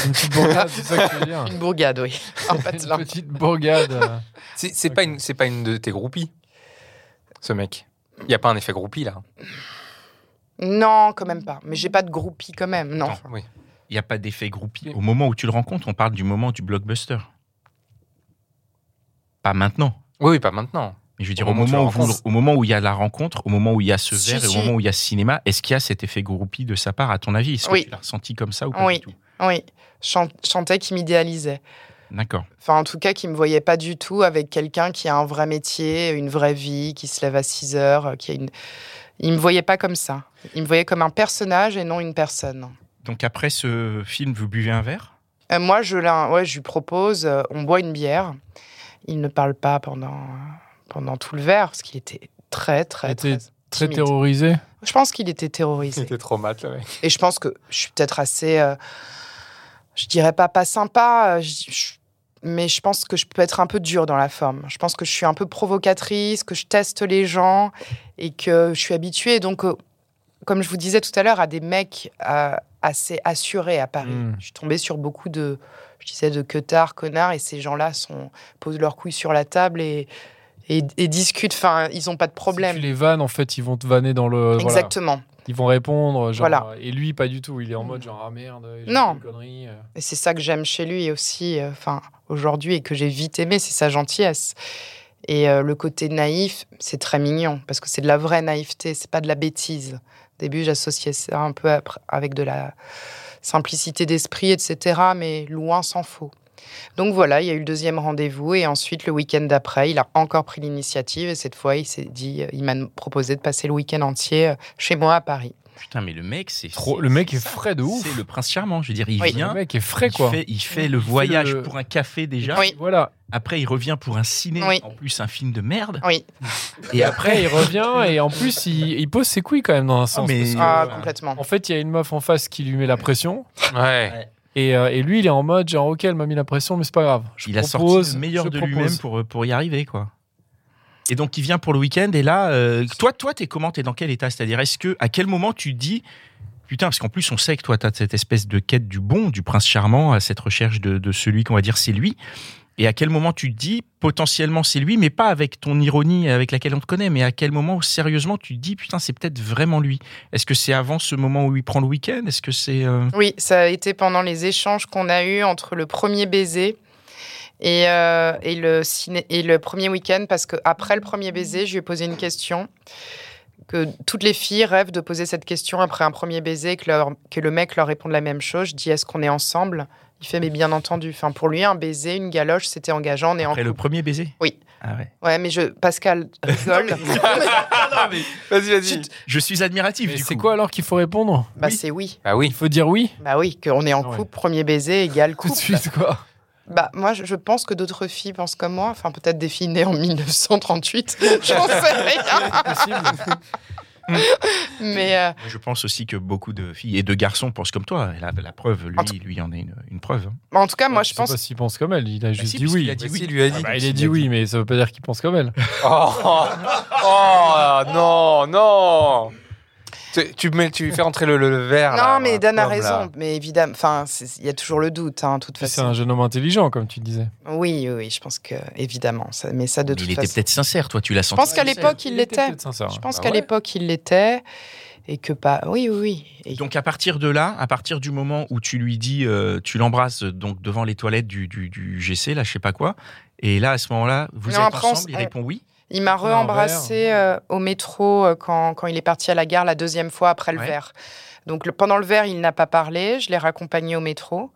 [SPEAKER 2] Une petite bourgade, c'est ça que tu veux dire.
[SPEAKER 4] une bourgade, oui. Un
[SPEAKER 2] Ah. Une
[SPEAKER 4] patelin.
[SPEAKER 2] petite bourgade. euh.
[SPEAKER 3] C'est c'est pas, une- c'est pas une de tes groupies, ce mec. Il n'y a pas un effet groupie, là.
[SPEAKER 4] Non, quand même pas. Mais j'ai pas de groupie quand même. Non.
[SPEAKER 3] Attends, oui.
[SPEAKER 1] Il n'y a pas d'effet groupie. Au moment où tu le rencontres, on parle du moment du blockbuster. Pas maintenant.
[SPEAKER 3] oui, oui, pas maintenant.
[SPEAKER 1] Mais je veux dire,
[SPEAKER 3] Au
[SPEAKER 1] au,
[SPEAKER 3] moment où tu
[SPEAKER 1] moment, où
[SPEAKER 3] le
[SPEAKER 1] vous-
[SPEAKER 3] rencontres.
[SPEAKER 1] au moment où il y a la rencontre, au moment où il y a ce
[SPEAKER 4] Si,
[SPEAKER 1] verre et
[SPEAKER 4] si.
[SPEAKER 1] au moment où il y a ce cinéma, est-ce qu'il y a cet effet groupie de sa part, à ton avis Est-ce que
[SPEAKER 4] Oui.
[SPEAKER 1] tu l'as ressenti comme ça ou pas
[SPEAKER 4] Oui.
[SPEAKER 1] du tout
[SPEAKER 4] Oui. Chan- chantait qui m'idéalisait.
[SPEAKER 1] D'accord.
[SPEAKER 4] Enfin, en tout cas, qui me voyait pas du tout avec quelqu'un qui a un vrai métier, une vraie vie, qui se lève à 6 heures, euh, qui a une. Il me voyait pas comme ça. Il me voyait comme un personnage et non une personne.
[SPEAKER 1] Donc après ce film, vous buvez un verre
[SPEAKER 4] Euh, moi, je, l'in- ouais, je lui propose, euh, on boit une bière. Il ne parle pas pendant, euh, pendant tout le verre, parce qu'il était très,
[SPEAKER 2] Il
[SPEAKER 4] très,
[SPEAKER 2] était
[SPEAKER 4] très.
[SPEAKER 2] Très
[SPEAKER 4] timide.
[SPEAKER 2] terrorisé.
[SPEAKER 4] Je pense qu'il était terrorisé.
[SPEAKER 3] trop mat, le mec.
[SPEAKER 4] Et je pense que je suis peut-être assez, euh, je dirais pas pas sympa, euh, je- je- mais je pense que je peux être un peu dure dans la forme. Je pense que je suis un peu provocatrice, que je teste les gens et que je suis habituée. Donc, euh, comme je vous disais tout à l'heure, à des mecs euh, assez assurés à Paris.
[SPEAKER 2] Mm.
[SPEAKER 4] Je suis tombée sur beaucoup de, je disais, de queutards, connards, et ces gens-là sont, posent leurs couilles sur la table et, et, et discutent. Enfin, ils n'ont pas de problème.
[SPEAKER 2] Si tu les vannes, en fait, ils vont te vanner dans le. voilà.
[SPEAKER 4] Exactement.
[SPEAKER 2] Ils vont répondre. Genre,
[SPEAKER 4] Voilà.
[SPEAKER 2] Et lui, pas du tout. Il est en mode genre, ah merde, j'ai
[SPEAKER 4] Non.
[SPEAKER 2] fait une connerie. euh.
[SPEAKER 4] Et c'est ça que j'aime chez lui aussi, euh, enfin aujourd'hui, et que j'ai vite aimé, c'est sa gentillesse. Et euh, le côté naïf, c'est très mignon, parce que c'est de la vraie naïveté, c'est pas de la bêtise. Au début, j'associais ça un peu après- avec de la simplicité d'esprit, etc., mais loin s'en faut. Donc voilà, il y a eu le deuxième rendez-vous, et ensuite, le week-end d'après, il a encore pris l'initiative, et cette fois, il s'est dit, euh, il m'a proposé de passer le week-end entier euh, chez moi à Paris.
[SPEAKER 1] Putain, mais le mec, c'est.
[SPEAKER 2] Trop-
[SPEAKER 1] c'est-
[SPEAKER 2] le mec
[SPEAKER 1] c'est
[SPEAKER 2] est
[SPEAKER 1] ça.
[SPEAKER 2] frais de ouf.
[SPEAKER 1] C'est le prince charmant. Je veux dire, il
[SPEAKER 4] Oui.
[SPEAKER 1] vient.
[SPEAKER 2] Le mec est frais,
[SPEAKER 1] il
[SPEAKER 2] quoi.
[SPEAKER 1] Fait, il fait
[SPEAKER 2] Il
[SPEAKER 1] le
[SPEAKER 2] fait
[SPEAKER 1] voyage
[SPEAKER 2] le-
[SPEAKER 1] pour un café déjà.
[SPEAKER 4] Oui.
[SPEAKER 2] Voilà.
[SPEAKER 1] Après, il revient pour un ciné.
[SPEAKER 4] Oui.
[SPEAKER 1] En plus, un film de merde.
[SPEAKER 4] Oui,
[SPEAKER 1] Et
[SPEAKER 2] Après,
[SPEAKER 1] après,
[SPEAKER 2] il revient et en plus, il, il pose ses couilles quand même dans un sens.
[SPEAKER 1] mais-
[SPEAKER 2] parce que,
[SPEAKER 4] ah,
[SPEAKER 2] euh,
[SPEAKER 4] complètement.
[SPEAKER 2] En fait, il y a une meuf en face qui lui met la pression.
[SPEAKER 3] Ouais.
[SPEAKER 2] Et, euh, et lui, il est en mode genre, ok, elle m'a mis la pression, mais c'est pas grave. Je
[SPEAKER 1] il a
[SPEAKER 2] propose,
[SPEAKER 1] sorti le meilleur
[SPEAKER 2] je
[SPEAKER 1] de
[SPEAKER 2] propose.
[SPEAKER 1] lui-même pour, euh, pour y arriver, quoi. Et donc, il vient pour le week-end. Et là, euh, toi, toi, t'es comment T'es dans quel état C'est-à-dire, est-ce que, à quel moment tu dis, putain, parce qu'en plus, on sait que toi, t'as cette espèce de quête du bon, du prince charmant, à cette recherche de, de celui qu'on va dire c'est lui. Et à quel moment tu te dis, potentiellement c'est lui, mais pas avec ton ironie avec laquelle on te connaît, mais à quel moment, sérieusement, tu te dis, putain, c'est peut-être vraiment lui Est-ce que c'est avant ce moment où il prend le week-end Est-ce que c'est. euh,
[SPEAKER 4] Oui, ça a été pendant les échanges qu'on a eus entre le premier baiser et, euh, et, le, ciné- et le premier week-end, parce qu'après le premier baiser, je lui ai posé une question. Que toutes les filles rêvent de poser cette question après un premier baiser, que, leur- que le mec leur réponde la même chose. Je dis Est-ce qu'on est ensemble Il fait Mais bien entendu. Enfin, pour lui, un baiser, une galoche, c'était engageant, on est en
[SPEAKER 1] Après le
[SPEAKER 4] couple.
[SPEAKER 1] premier baiser
[SPEAKER 4] Oui.
[SPEAKER 1] Ah ouais.
[SPEAKER 4] Ouais, mais je, Pascal rigole.
[SPEAKER 3] Vas-y, vas-y.
[SPEAKER 1] Je suis admiratif.
[SPEAKER 2] Mais
[SPEAKER 1] du
[SPEAKER 2] c'est
[SPEAKER 1] coup.
[SPEAKER 2] quoi alors qu'il faut répondre
[SPEAKER 4] bah,
[SPEAKER 1] Oui.
[SPEAKER 4] c'est oui.
[SPEAKER 3] Ah
[SPEAKER 2] Il
[SPEAKER 3] oui.
[SPEAKER 2] faut dire oui
[SPEAKER 4] Bah oui, qu'on est en
[SPEAKER 2] Ah Ouais.
[SPEAKER 4] couple, premier baiser égale couple.
[SPEAKER 2] tout de suite, quoi.
[SPEAKER 4] Bah, moi, je je pense que d'autres filles pensent comme moi. Enfin, peut-être des filles nées en 1938. J'en sais rien. Mais euh,
[SPEAKER 1] Je pense aussi que beaucoup de filles et de garçons pensent comme toi. Et La, la preuve,
[SPEAKER 4] En tout-
[SPEAKER 1] lui, lui en est une, une preuve. hein.
[SPEAKER 4] en tout cas, moi, je
[SPEAKER 2] sais
[SPEAKER 4] pense.
[SPEAKER 2] pas s'il pense comme elle. Il a juste
[SPEAKER 1] si,
[SPEAKER 2] dit oui.
[SPEAKER 1] puisqu'il a dit
[SPEAKER 3] Mais
[SPEAKER 1] oui.
[SPEAKER 3] si, lui a dit.
[SPEAKER 2] Ah bah, il a dit oui, mais ça veut pas dire qu'il pense comme elle.
[SPEAKER 3] Oh, oh, non, non. Tu, tu mets, tu fais entrer le, le- le verre. Ah là,
[SPEAKER 4] Non, mais
[SPEAKER 3] dans la
[SPEAKER 4] Dan a
[SPEAKER 3] pomme, là.
[SPEAKER 4] raison. Mais évidemment, enfin, c'est- il y a toujours le doute, hein, de toute
[SPEAKER 2] Puis C'est
[SPEAKER 4] façon.
[SPEAKER 2] un jeune homme intelligent, comme tu disais.
[SPEAKER 4] Oui, oui, oui, je pense que, évidemment. ça- mais ça, de
[SPEAKER 1] Mais
[SPEAKER 4] toute
[SPEAKER 1] il était
[SPEAKER 4] façon.
[SPEAKER 1] peut-être sincère, toi, tu l'as
[SPEAKER 4] Je
[SPEAKER 1] senti.
[SPEAKER 4] pense qu'à l'époque, il l'était.
[SPEAKER 2] peut-être sincère.
[SPEAKER 4] Je pense
[SPEAKER 3] Bah
[SPEAKER 4] qu'à
[SPEAKER 3] ouais.
[SPEAKER 4] l'époque, il l'était. Et que pas. Oui, oui, oui. Et-
[SPEAKER 1] Donc à partir de là, à partir du moment où tu lui dis, euh, tu l'embrasses euh, donc devant les toilettes du, du, du GC, là, je sais pas quoi. Et là, à ce moment-là, vous
[SPEAKER 4] Non,
[SPEAKER 1] êtes
[SPEAKER 4] après, on s-
[SPEAKER 1] ensemble, il
[SPEAKER 4] on-
[SPEAKER 1] répond oui.
[SPEAKER 4] Il m'a
[SPEAKER 2] Tout à
[SPEAKER 4] re-embrassé euh, au métro euh, quand, quand il est parti à la gare la deuxième fois après le
[SPEAKER 1] Ouais.
[SPEAKER 4] verre. Donc le- pendant le verre, il n'a pas parlé. Je l'ai raccompagné au métro.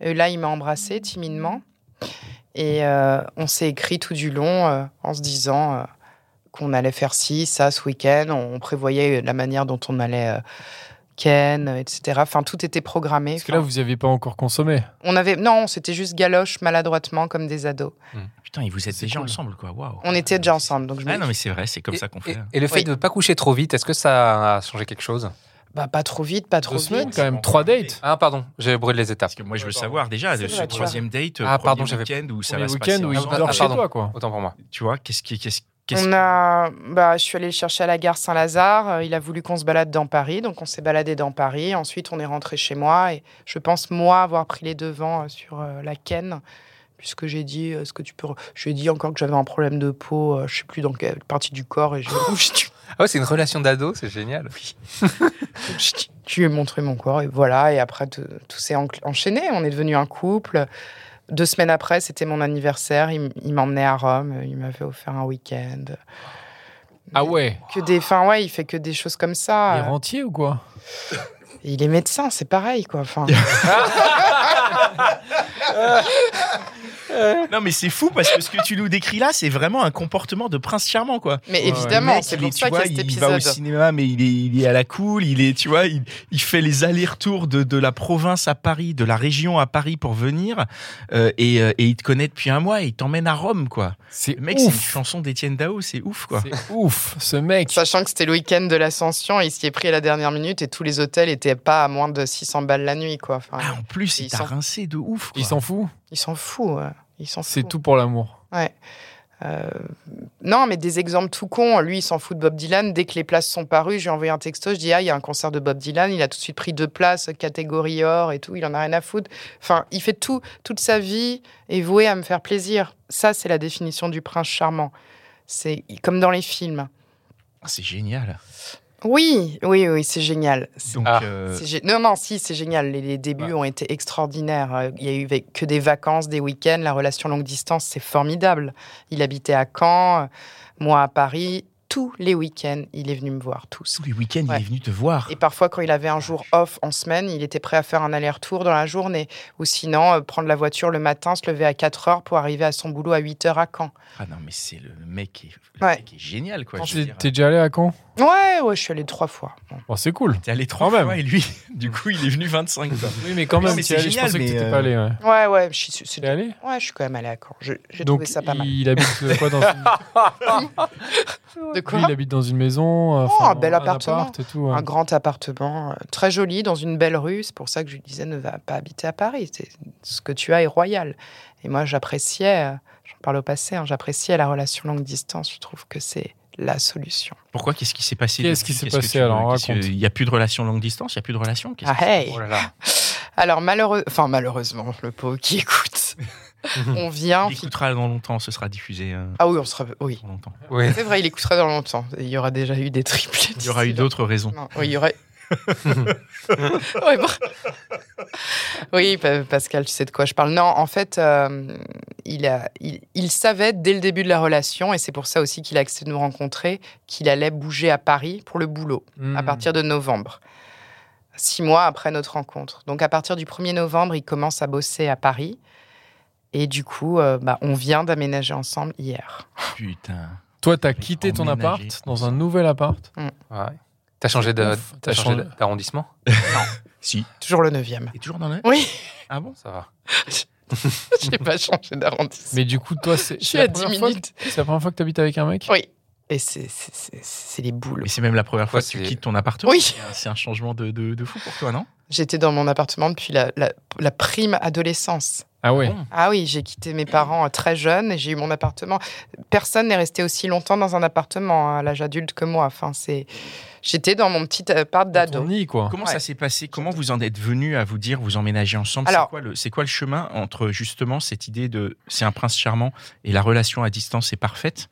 [SPEAKER 4] Et là, il m'a embrassé timidement. Et euh, on s'est écrit tout du long euh, en se disant euh, qu'on allait faire ci, ça ce week-end. On, on prévoyait la manière dont on allait euh, ken, euh, etc. Enfin, tout était programmé.
[SPEAKER 2] Parce que là,
[SPEAKER 4] Enfin,
[SPEAKER 2] vous n'y avez pas encore consommé.
[SPEAKER 4] on avait non, c'était juste galoche maladroitement comme des ados.
[SPEAKER 1] Putain, et vous êtes
[SPEAKER 2] C'est
[SPEAKER 1] déjà
[SPEAKER 2] cool.
[SPEAKER 1] ensemble, quoi. Waouh.
[SPEAKER 4] On était déjà ensemble, donc je me
[SPEAKER 1] Ah non,
[SPEAKER 4] dis-
[SPEAKER 1] mais c'est vrai, c'est comme
[SPEAKER 3] Et-
[SPEAKER 1] ça qu'on
[SPEAKER 3] et-
[SPEAKER 1] fait. hein.
[SPEAKER 3] Et, le fait
[SPEAKER 4] Oui.
[SPEAKER 3] de ne pas coucher trop vite, est-ce que ça a changé quelque chose
[SPEAKER 4] bah, pas trop vite, pas trop
[SPEAKER 2] Deux semaines,
[SPEAKER 4] vite.
[SPEAKER 2] quand même. Trois dates.
[SPEAKER 3] Ah, pardon, j'ai brûlé les étapes.
[SPEAKER 1] Parce que moi, je veux savoir déjà
[SPEAKER 4] C'est
[SPEAKER 1] de
[SPEAKER 4] vrai,
[SPEAKER 1] ce
[SPEAKER 4] tu
[SPEAKER 1] troisième date,
[SPEAKER 3] Ah,
[SPEAKER 1] premier
[SPEAKER 3] pardon, j'avais-
[SPEAKER 1] week-end où ça
[SPEAKER 2] Premier
[SPEAKER 1] va se
[SPEAKER 2] week-end
[SPEAKER 1] passer.
[SPEAKER 2] où
[SPEAKER 3] Ah,
[SPEAKER 2] il
[SPEAKER 3] pardon.
[SPEAKER 2] dort chez
[SPEAKER 3] Pardon.
[SPEAKER 2] toi, quoi.
[SPEAKER 3] Autant pour moi.
[SPEAKER 1] Tu vois, qu'est-ce qui, qu'est-ce, qu'est-ce
[SPEAKER 4] On a, bah, je suis allée le chercher à la gare Saint-Lazare. euh, Il a voulu qu'on se balade dans Paris, donc on s'est baladé dans Paris. Ensuite, on est rentré chez moi et je pense moi avoir pris les devants euh, sur euh, la ken, puisque j'ai dit, euh, est-ce que tu peux, re- je lui ai dit encore que j'avais un problème de peau, euh, je sais plus dans quelle partie du corps et j'ai-
[SPEAKER 3] Ah ouais, c'est une relation d'ado, c'est génial.
[SPEAKER 4] je lui ai montré mon corps et voilà. Et après, tout, tout s'est encl- enchaîné. On est devenu un couple. Deux semaines après, c'était mon anniversaire. Il, m- il m'emmenait à Rome. euh, Il m'avait offert un week-end.
[SPEAKER 2] Ah ouais
[SPEAKER 4] Que des, enfin ouais, il fait que des choses comme ça. Euh,
[SPEAKER 2] Il est rentier ou quoi
[SPEAKER 4] Et Il est médecin, c'est pareil, quoi. Enfin,
[SPEAKER 1] Non, mais c'est fou parce que ce que tu nous décris là, c'est vraiment un comportement de prince charmant, quoi.
[SPEAKER 4] mais
[SPEAKER 2] Ouais,
[SPEAKER 4] évidemment,
[SPEAKER 1] Le mec,
[SPEAKER 4] c'est
[SPEAKER 1] il
[SPEAKER 4] pour
[SPEAKER 1] est- tu
[SPEAKER 4] ça qu'il y
[SPEAKER 1] vois,
[SPEAKER 4] a cet
[SPEAKER 1] il va au
[SPEAKER 4] épisode.
[SPEAKER 1] cinéma, mais il est, il est à la cool. Il est, tu vois, il, il fait les allers-retours de, de la province à Paris, de la région à Paris pour venir. euh, et, euh, et il te connaît depuis un mois et il t'emmène à Rome, quoi.
[SPEAKER 2] C'est
[SPEAKER 1] Le mec, c'est une
[SPEAKER 2] ouf
[SPEAKER 1] chanson d'Étienne Dao, c'est ouf, quoi.
[SPEAKER 2] C'est ouf, ce mec
[SPEAKER 4] Sachant que c'était le week-end de l'ascension, il s'y est pris à la dernière minute et tous les hôtels étaient pas à moins de 600 balles la nuit, quoi. Enfin,
[SPEAKER 1] Ah, en plus, il
[SPEAKER 4] Ils
[SPEAKER 1] t'a
[SPEAKER 4] sont-
[SPEAKER 1] rincé de ouf.
[SPEAKER 2] Il
[SPEAKER 1] quoi.
[SPEAKER 2] s'en fout
[SPEAKER 4] il s'en fout. ouais. Il s'en fout.
[SPEAKER 2] C'est tout pour l'amour.
[SPEAKER 4] Euh, Non, mais des exemples tout cons. Lui, il s'en fout de Bob Dylan. Dès que les places sont parues, je lui ai envoyé un texto. Je dis Ah, il y a un concert de Bob Dylan. Il a tout de suite pris deux places, catégorie or et tout. Il en a rien à foutre. Enfin, il fait tout. Toute sa vie est vouée à me faire plaisir. Ça, c'est la définition du prince charmant. C'est comme dans les films.
[SPEAKER 1] Ah, C'est génial.
[SPEAKER 4] Oui, oui, oui, c'est génial. C'est-
[SPEAKER 1] Donc,
[SPEAKER 3] Ah.
[SPEAKER 1] euh,
[SPEAKER 4] c'est gé- Non, non, si, c'est génial. Les, les débuts ont été extraordinaires. Euh, Il y a eu ve- que des vacances, des week-ends. La relation longue distance, c'est formidable. Il habitait à Caen, euh, moi à Paris. Tous les week-ends, il est venu me voir, tous.
[SPEAKER 1] tous les week-ends,
[SPEAKER 4] Ouais.
[SPEAKER 1] il est venu te voir.
[SPEAKER 4] Et parfois, quand il avait un jour off en semaine, il était prêt à faire un aller-retour dans la journée. Ou sinon, euh, prendre la voiture le matin, se lever à 4 heures pour arriver à son boulot à 8 heures à Caen.
[SPEAKER 1] Ah non, mais c'est le mec qui est, le
[SPEAKER 4] Ouais.
[SPEAKER 1] mec qui est génial, quoi. je veux
[SPEAKER 2] T'es
[SPEAKER 1] dire.
[SPEAKER 2] t'es déjà allé à Caen
[SPEAKER 4] Ouais, ouais, je suis allée trois fois.
[SPEAKER 2] Bon, c'est cool.
[SPEAKER 1] T'es allé trois
[SPEAKER 2] Quand même. Mmh.
[SPEAKER 1] fois et lui, du coup, il est venu 25. quoi.
[SPEAKER 2] Oui, mais quand
[SPEAKER 1] Non,
[SPEAKER 2] même,
[SPEAKER 1] mais
[SPEAKER 2] t'y
[SPEAKER 1] c'est
[SPEAKER 2] allais, je
[SPEAKER 1] génial,
[SPEAKER 2] pensais que
[SPEAKER 1] mais,
[SPEAKER 2] t'étais
[SPEAKER 1] euh,
[SPEAKER 2] pas allé. ouais.
[SPEAKER 4] Ouais, ouais, je suis, c'est-
[SPEAKER 2] T'es allé
[SPEAKER 4] ouais, je suis quand même allée à Caen. Je- J'ai
[SPEAKER 2] Donc,
[SPEAKER 4] trouvé ça pas mal.
[SPEAKER 2] il habite euh, quoi dans une...
[SPEAKER 4] De quoi
[SPEAKER 2] Lui, il habite dans une maison. euh,
[SPEAKER 4] Oh,
[SPEAKER 2] enfin,
[SPEAKER 4] un bel appartement.
[SPEAKER 2] appart et tout, ouais.
[SPEAKER 4] un grand appartement euh, très joli dans une belle rue. C'est pour ça que je lui disais ne va pas habiter à Paris. C'est- Ce que tu as est royal. Et moi, j'appréciais, euh, j'en parle au passé, hein, j'appréciais la relation longue distance. Je trouve que c'est la solution.
[SPEAKER 1] Pourquoi Qu'est-ce qui s'est passé
[SPEAKER 2] Qu'est-ce
[SPEAKER 1] depuis
[SPEAKER 2] qui s'est
[SPEAKER 1] Qu'est-ce que
[SPEAKER 2] passé
[SPEAKER 1] tu-
[SPEAKER 2] alors
[SPEAKER 1] qu'est-ce que-
[SPEAKER 2] Raconte.
[SPEAKER 1] Il n'y a plus de relation longue distance, il n'y a plus de relation qu'est-ce
[SPEAKER 4] Ah
[SPEAKER 1] qui-
[SPEAKER 4] hey
[SPEAKER 3] Oh là là.
[SPEAKER 4] Alors malheureux, enfin malheureusement, le pauvre qui écoute, on vient.
[SPEAKER 1] Il écoutera dans longtemps, ce sera diffusé euh,
[SPEAKER 4] Ah oui, on sera. Oui,
[SPEAKER 1] dans longtemps.
[SPEAKER 3] Oui.
[SPEAKER 4] c'est vrai, il écoutera dans longtemps. Il y aura déjà eu des triplés.
[SPEAKER 1] Il y aura eu
[SPEAKER 4] d'ici là.
[SPEAKER 1] d'autres raisons.
[SPEAKER 4] Non, oui, il y aurait. Ouais, bon. Oui, Pa- Pascal, tu sais de quoi je parle. Non, en fait, euh, il, a, il, il savait dès le début de la relation, et c'est pour ça aussi qu'il a accepté de nous rencontrer, qu'il allait bouger à Paris pour le boulot à
[SPEAKER 2] Hmm.
[SPEAKER 4] partir de novembre, six mois après notre rencontre. Donc à partir du 1er novembre, il commence à bosser à Paris. Et du coup, euh, bah, on vient d'aménager ensemble hier.
[SPEAKER 1] Putain.
[SPEAKER 2] Toi, t'as quitté ton appart
[SPEAKER 1] Emménager.
[SPEAKER 2] dans un nouvel appart.
[SPEAKER 3] Ouais. T'as changé de-
[SPEAKER 2] Ouf,
[SPEAKER 3] t'as
[SPEAKER 2] t'as
[SPEAKER 3] changé
[SPEAKER 2] changé.
[SPEAKER 3] d'arrondissement
[SPEAKER 1] Si.
[SPEAKER 4] Toujours le neuvième.
[SPEAKER 1] Et toujours dans la.
[SPEAKER 4] Oui,
[SPEAKER 1] Ah bon
[SPEAKER 3] Ça va.
[SPEAKER 4] j'ai pas changé d'arrondissement.
[SPEAKER 2] Mais du coup, toi, c'est
[SPEAKER 4] Je
[SPEAKER 2] c'est
[SPEAKER 4] suis
[SPEAKER 2] la
[SPEAKER 4] à 10
[SPEAKER 2] première fois que-
[SPEAKER 4] minutes.
[SPEAKER 2] c'est la première fois que t'habites avec un mec
[SPEAKER 4] Oui. Et c'est- c'est c'est- c'est les boules.
[SPEAKER 1] Mais c'est même la première fois
[SPEAKER 3] Ouais,
[SPEAKER 1] que tu
[SPEAKER 3] c'est-
[SPEAKER 1] quittes ton appartement.
[SPEAKER 4] Oui,
[SPEAKER 1] C'est un- C'est un changement de, de, de fou pour toi, non
[SPEAKER 4] j'étais dans mon appartement depuis la, la- la prime adolescence.
[SPEAKER 2] Ah ouais.
[SPEAKER 3] Bon.
[SPEAKER 4] Ah oui, j'ai quitté mes parents euh, très jeune et j'ai eu mon appartement. Personne n'est resté aussi longtemps dans un appartement hein, à l'âge adulte que moi. Enfin, c'est... J'étais dans mon petit appart
[SPEAKER 2] Dans ton
[SPEAKER 4] d'ado.
[SPEAKER 2] nid, quoi.
[SPEAKER 1] Comment
[SPEAKER 4] Ouais.
[SPEAKER 1] ça s'est passé Comment vous en êtes venu à vous dire vous emménagez ensemble C'est
[SPEAKER 4] Alors-
[SPEAKER 1] quoi, le- c'est quoi le chemin entre justement cette idée de c'est un prince charmant et la relation à distance est parfaite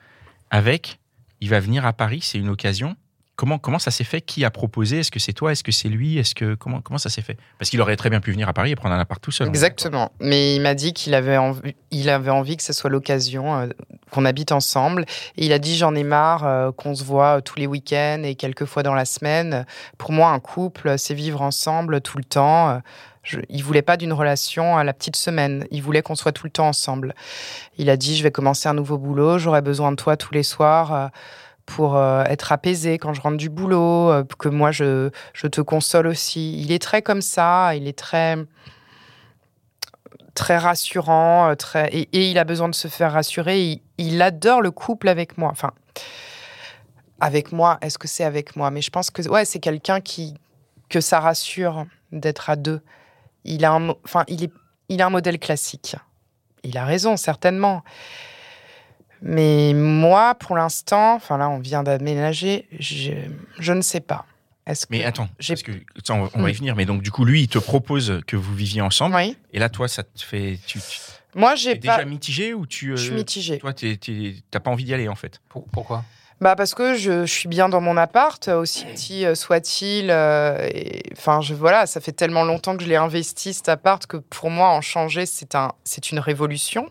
[SPEAKER 1] avec il va venir à Paris, c'est une occasion Comment, comment ça s'est fait Qui a proposé Est-ce que c'est toi Est-ce que c'est lui Est-ce que comment, comment ça s'est fait Parce qu'il aurait très bien pu venir à Paris et prendre un appart tout seul.
[SPEAKER 4] Exactement. Mais il m'a dit qu'il avait, envi- il avait envie que ce soit l'occasion euh, qu'on habite ensemble. Et il a dit j'en ai marre euh, qu'on se voit tous les week-ends et quelques fois dans la semaine. Pour moi, un couple, euh, c'est vivre ensemble tout le temps. Euh, Je, il voulait pas d'une relation à la petite semaine. Il voulait qu'on soit tout le temps ensemble. Il a dit je vais commencer un nouveau boulot, j'aurai besoin de toi tous les soirs. euh, pour euh, être apaisé quand je rentre du boulot, euh, que moi je, je te console aussi. Il est très comme ça, il est très très rassurant, euh, très et, et il a besoin de se faire rassurer. Il, il adore le couple avec moi. Enfin, avec moi, est-ce que c'est avec moi Mais je pense que ouais, c'est quelqu'un qui que ça rassure d'être à deux. Il a un, mo- enfin, il est, il a un modèle classique. Il a raison certainement. Mais moi, pour l'instant, enfin là, on vient d'aménager, je, je ne sais pas. Est-ce que
[SPEAKER 1] Mais attends,
[SPEAKER 4] J'ai-
[SPEAKER 1] parce que ça, on, on va y
[SPEAKER 4] Hmm.
[SPEAKER 1] venir. Mais donc du coup, lui, il te propose que vous viviez ensemble.
[SPEAKER 4] oui.
[SPEAKER 1] Et là, toi, ça te fait, tu, tu-
[SPEAKER 4] Moi,
[SPEAKER 1] t'es
[SPEAKER 4] j'ai
[SPEAKER 1] déjà
[SPEAKER 4] pas.
[SPEAKER 1] mitigé ou tu,
[SPEAKER 4] Je suis
[SPEAKER 1] euh,
[SPEAKER 4] mitigée.
[SPEAKER 1] toi, t'es- t'es- t'as pas envie d'y aller en fait.
[SPEAKER 3] Pour- pourquoi
[SPEAKER 4] Bah parce que je, je suis bien dans mon appart, aussi petit euh, soit-il. euh, et- Enfin, je voilà, ça fait tellement longtemps que je l'ai investi cet appart que pour moi en changer c'est un, c'est une révolution.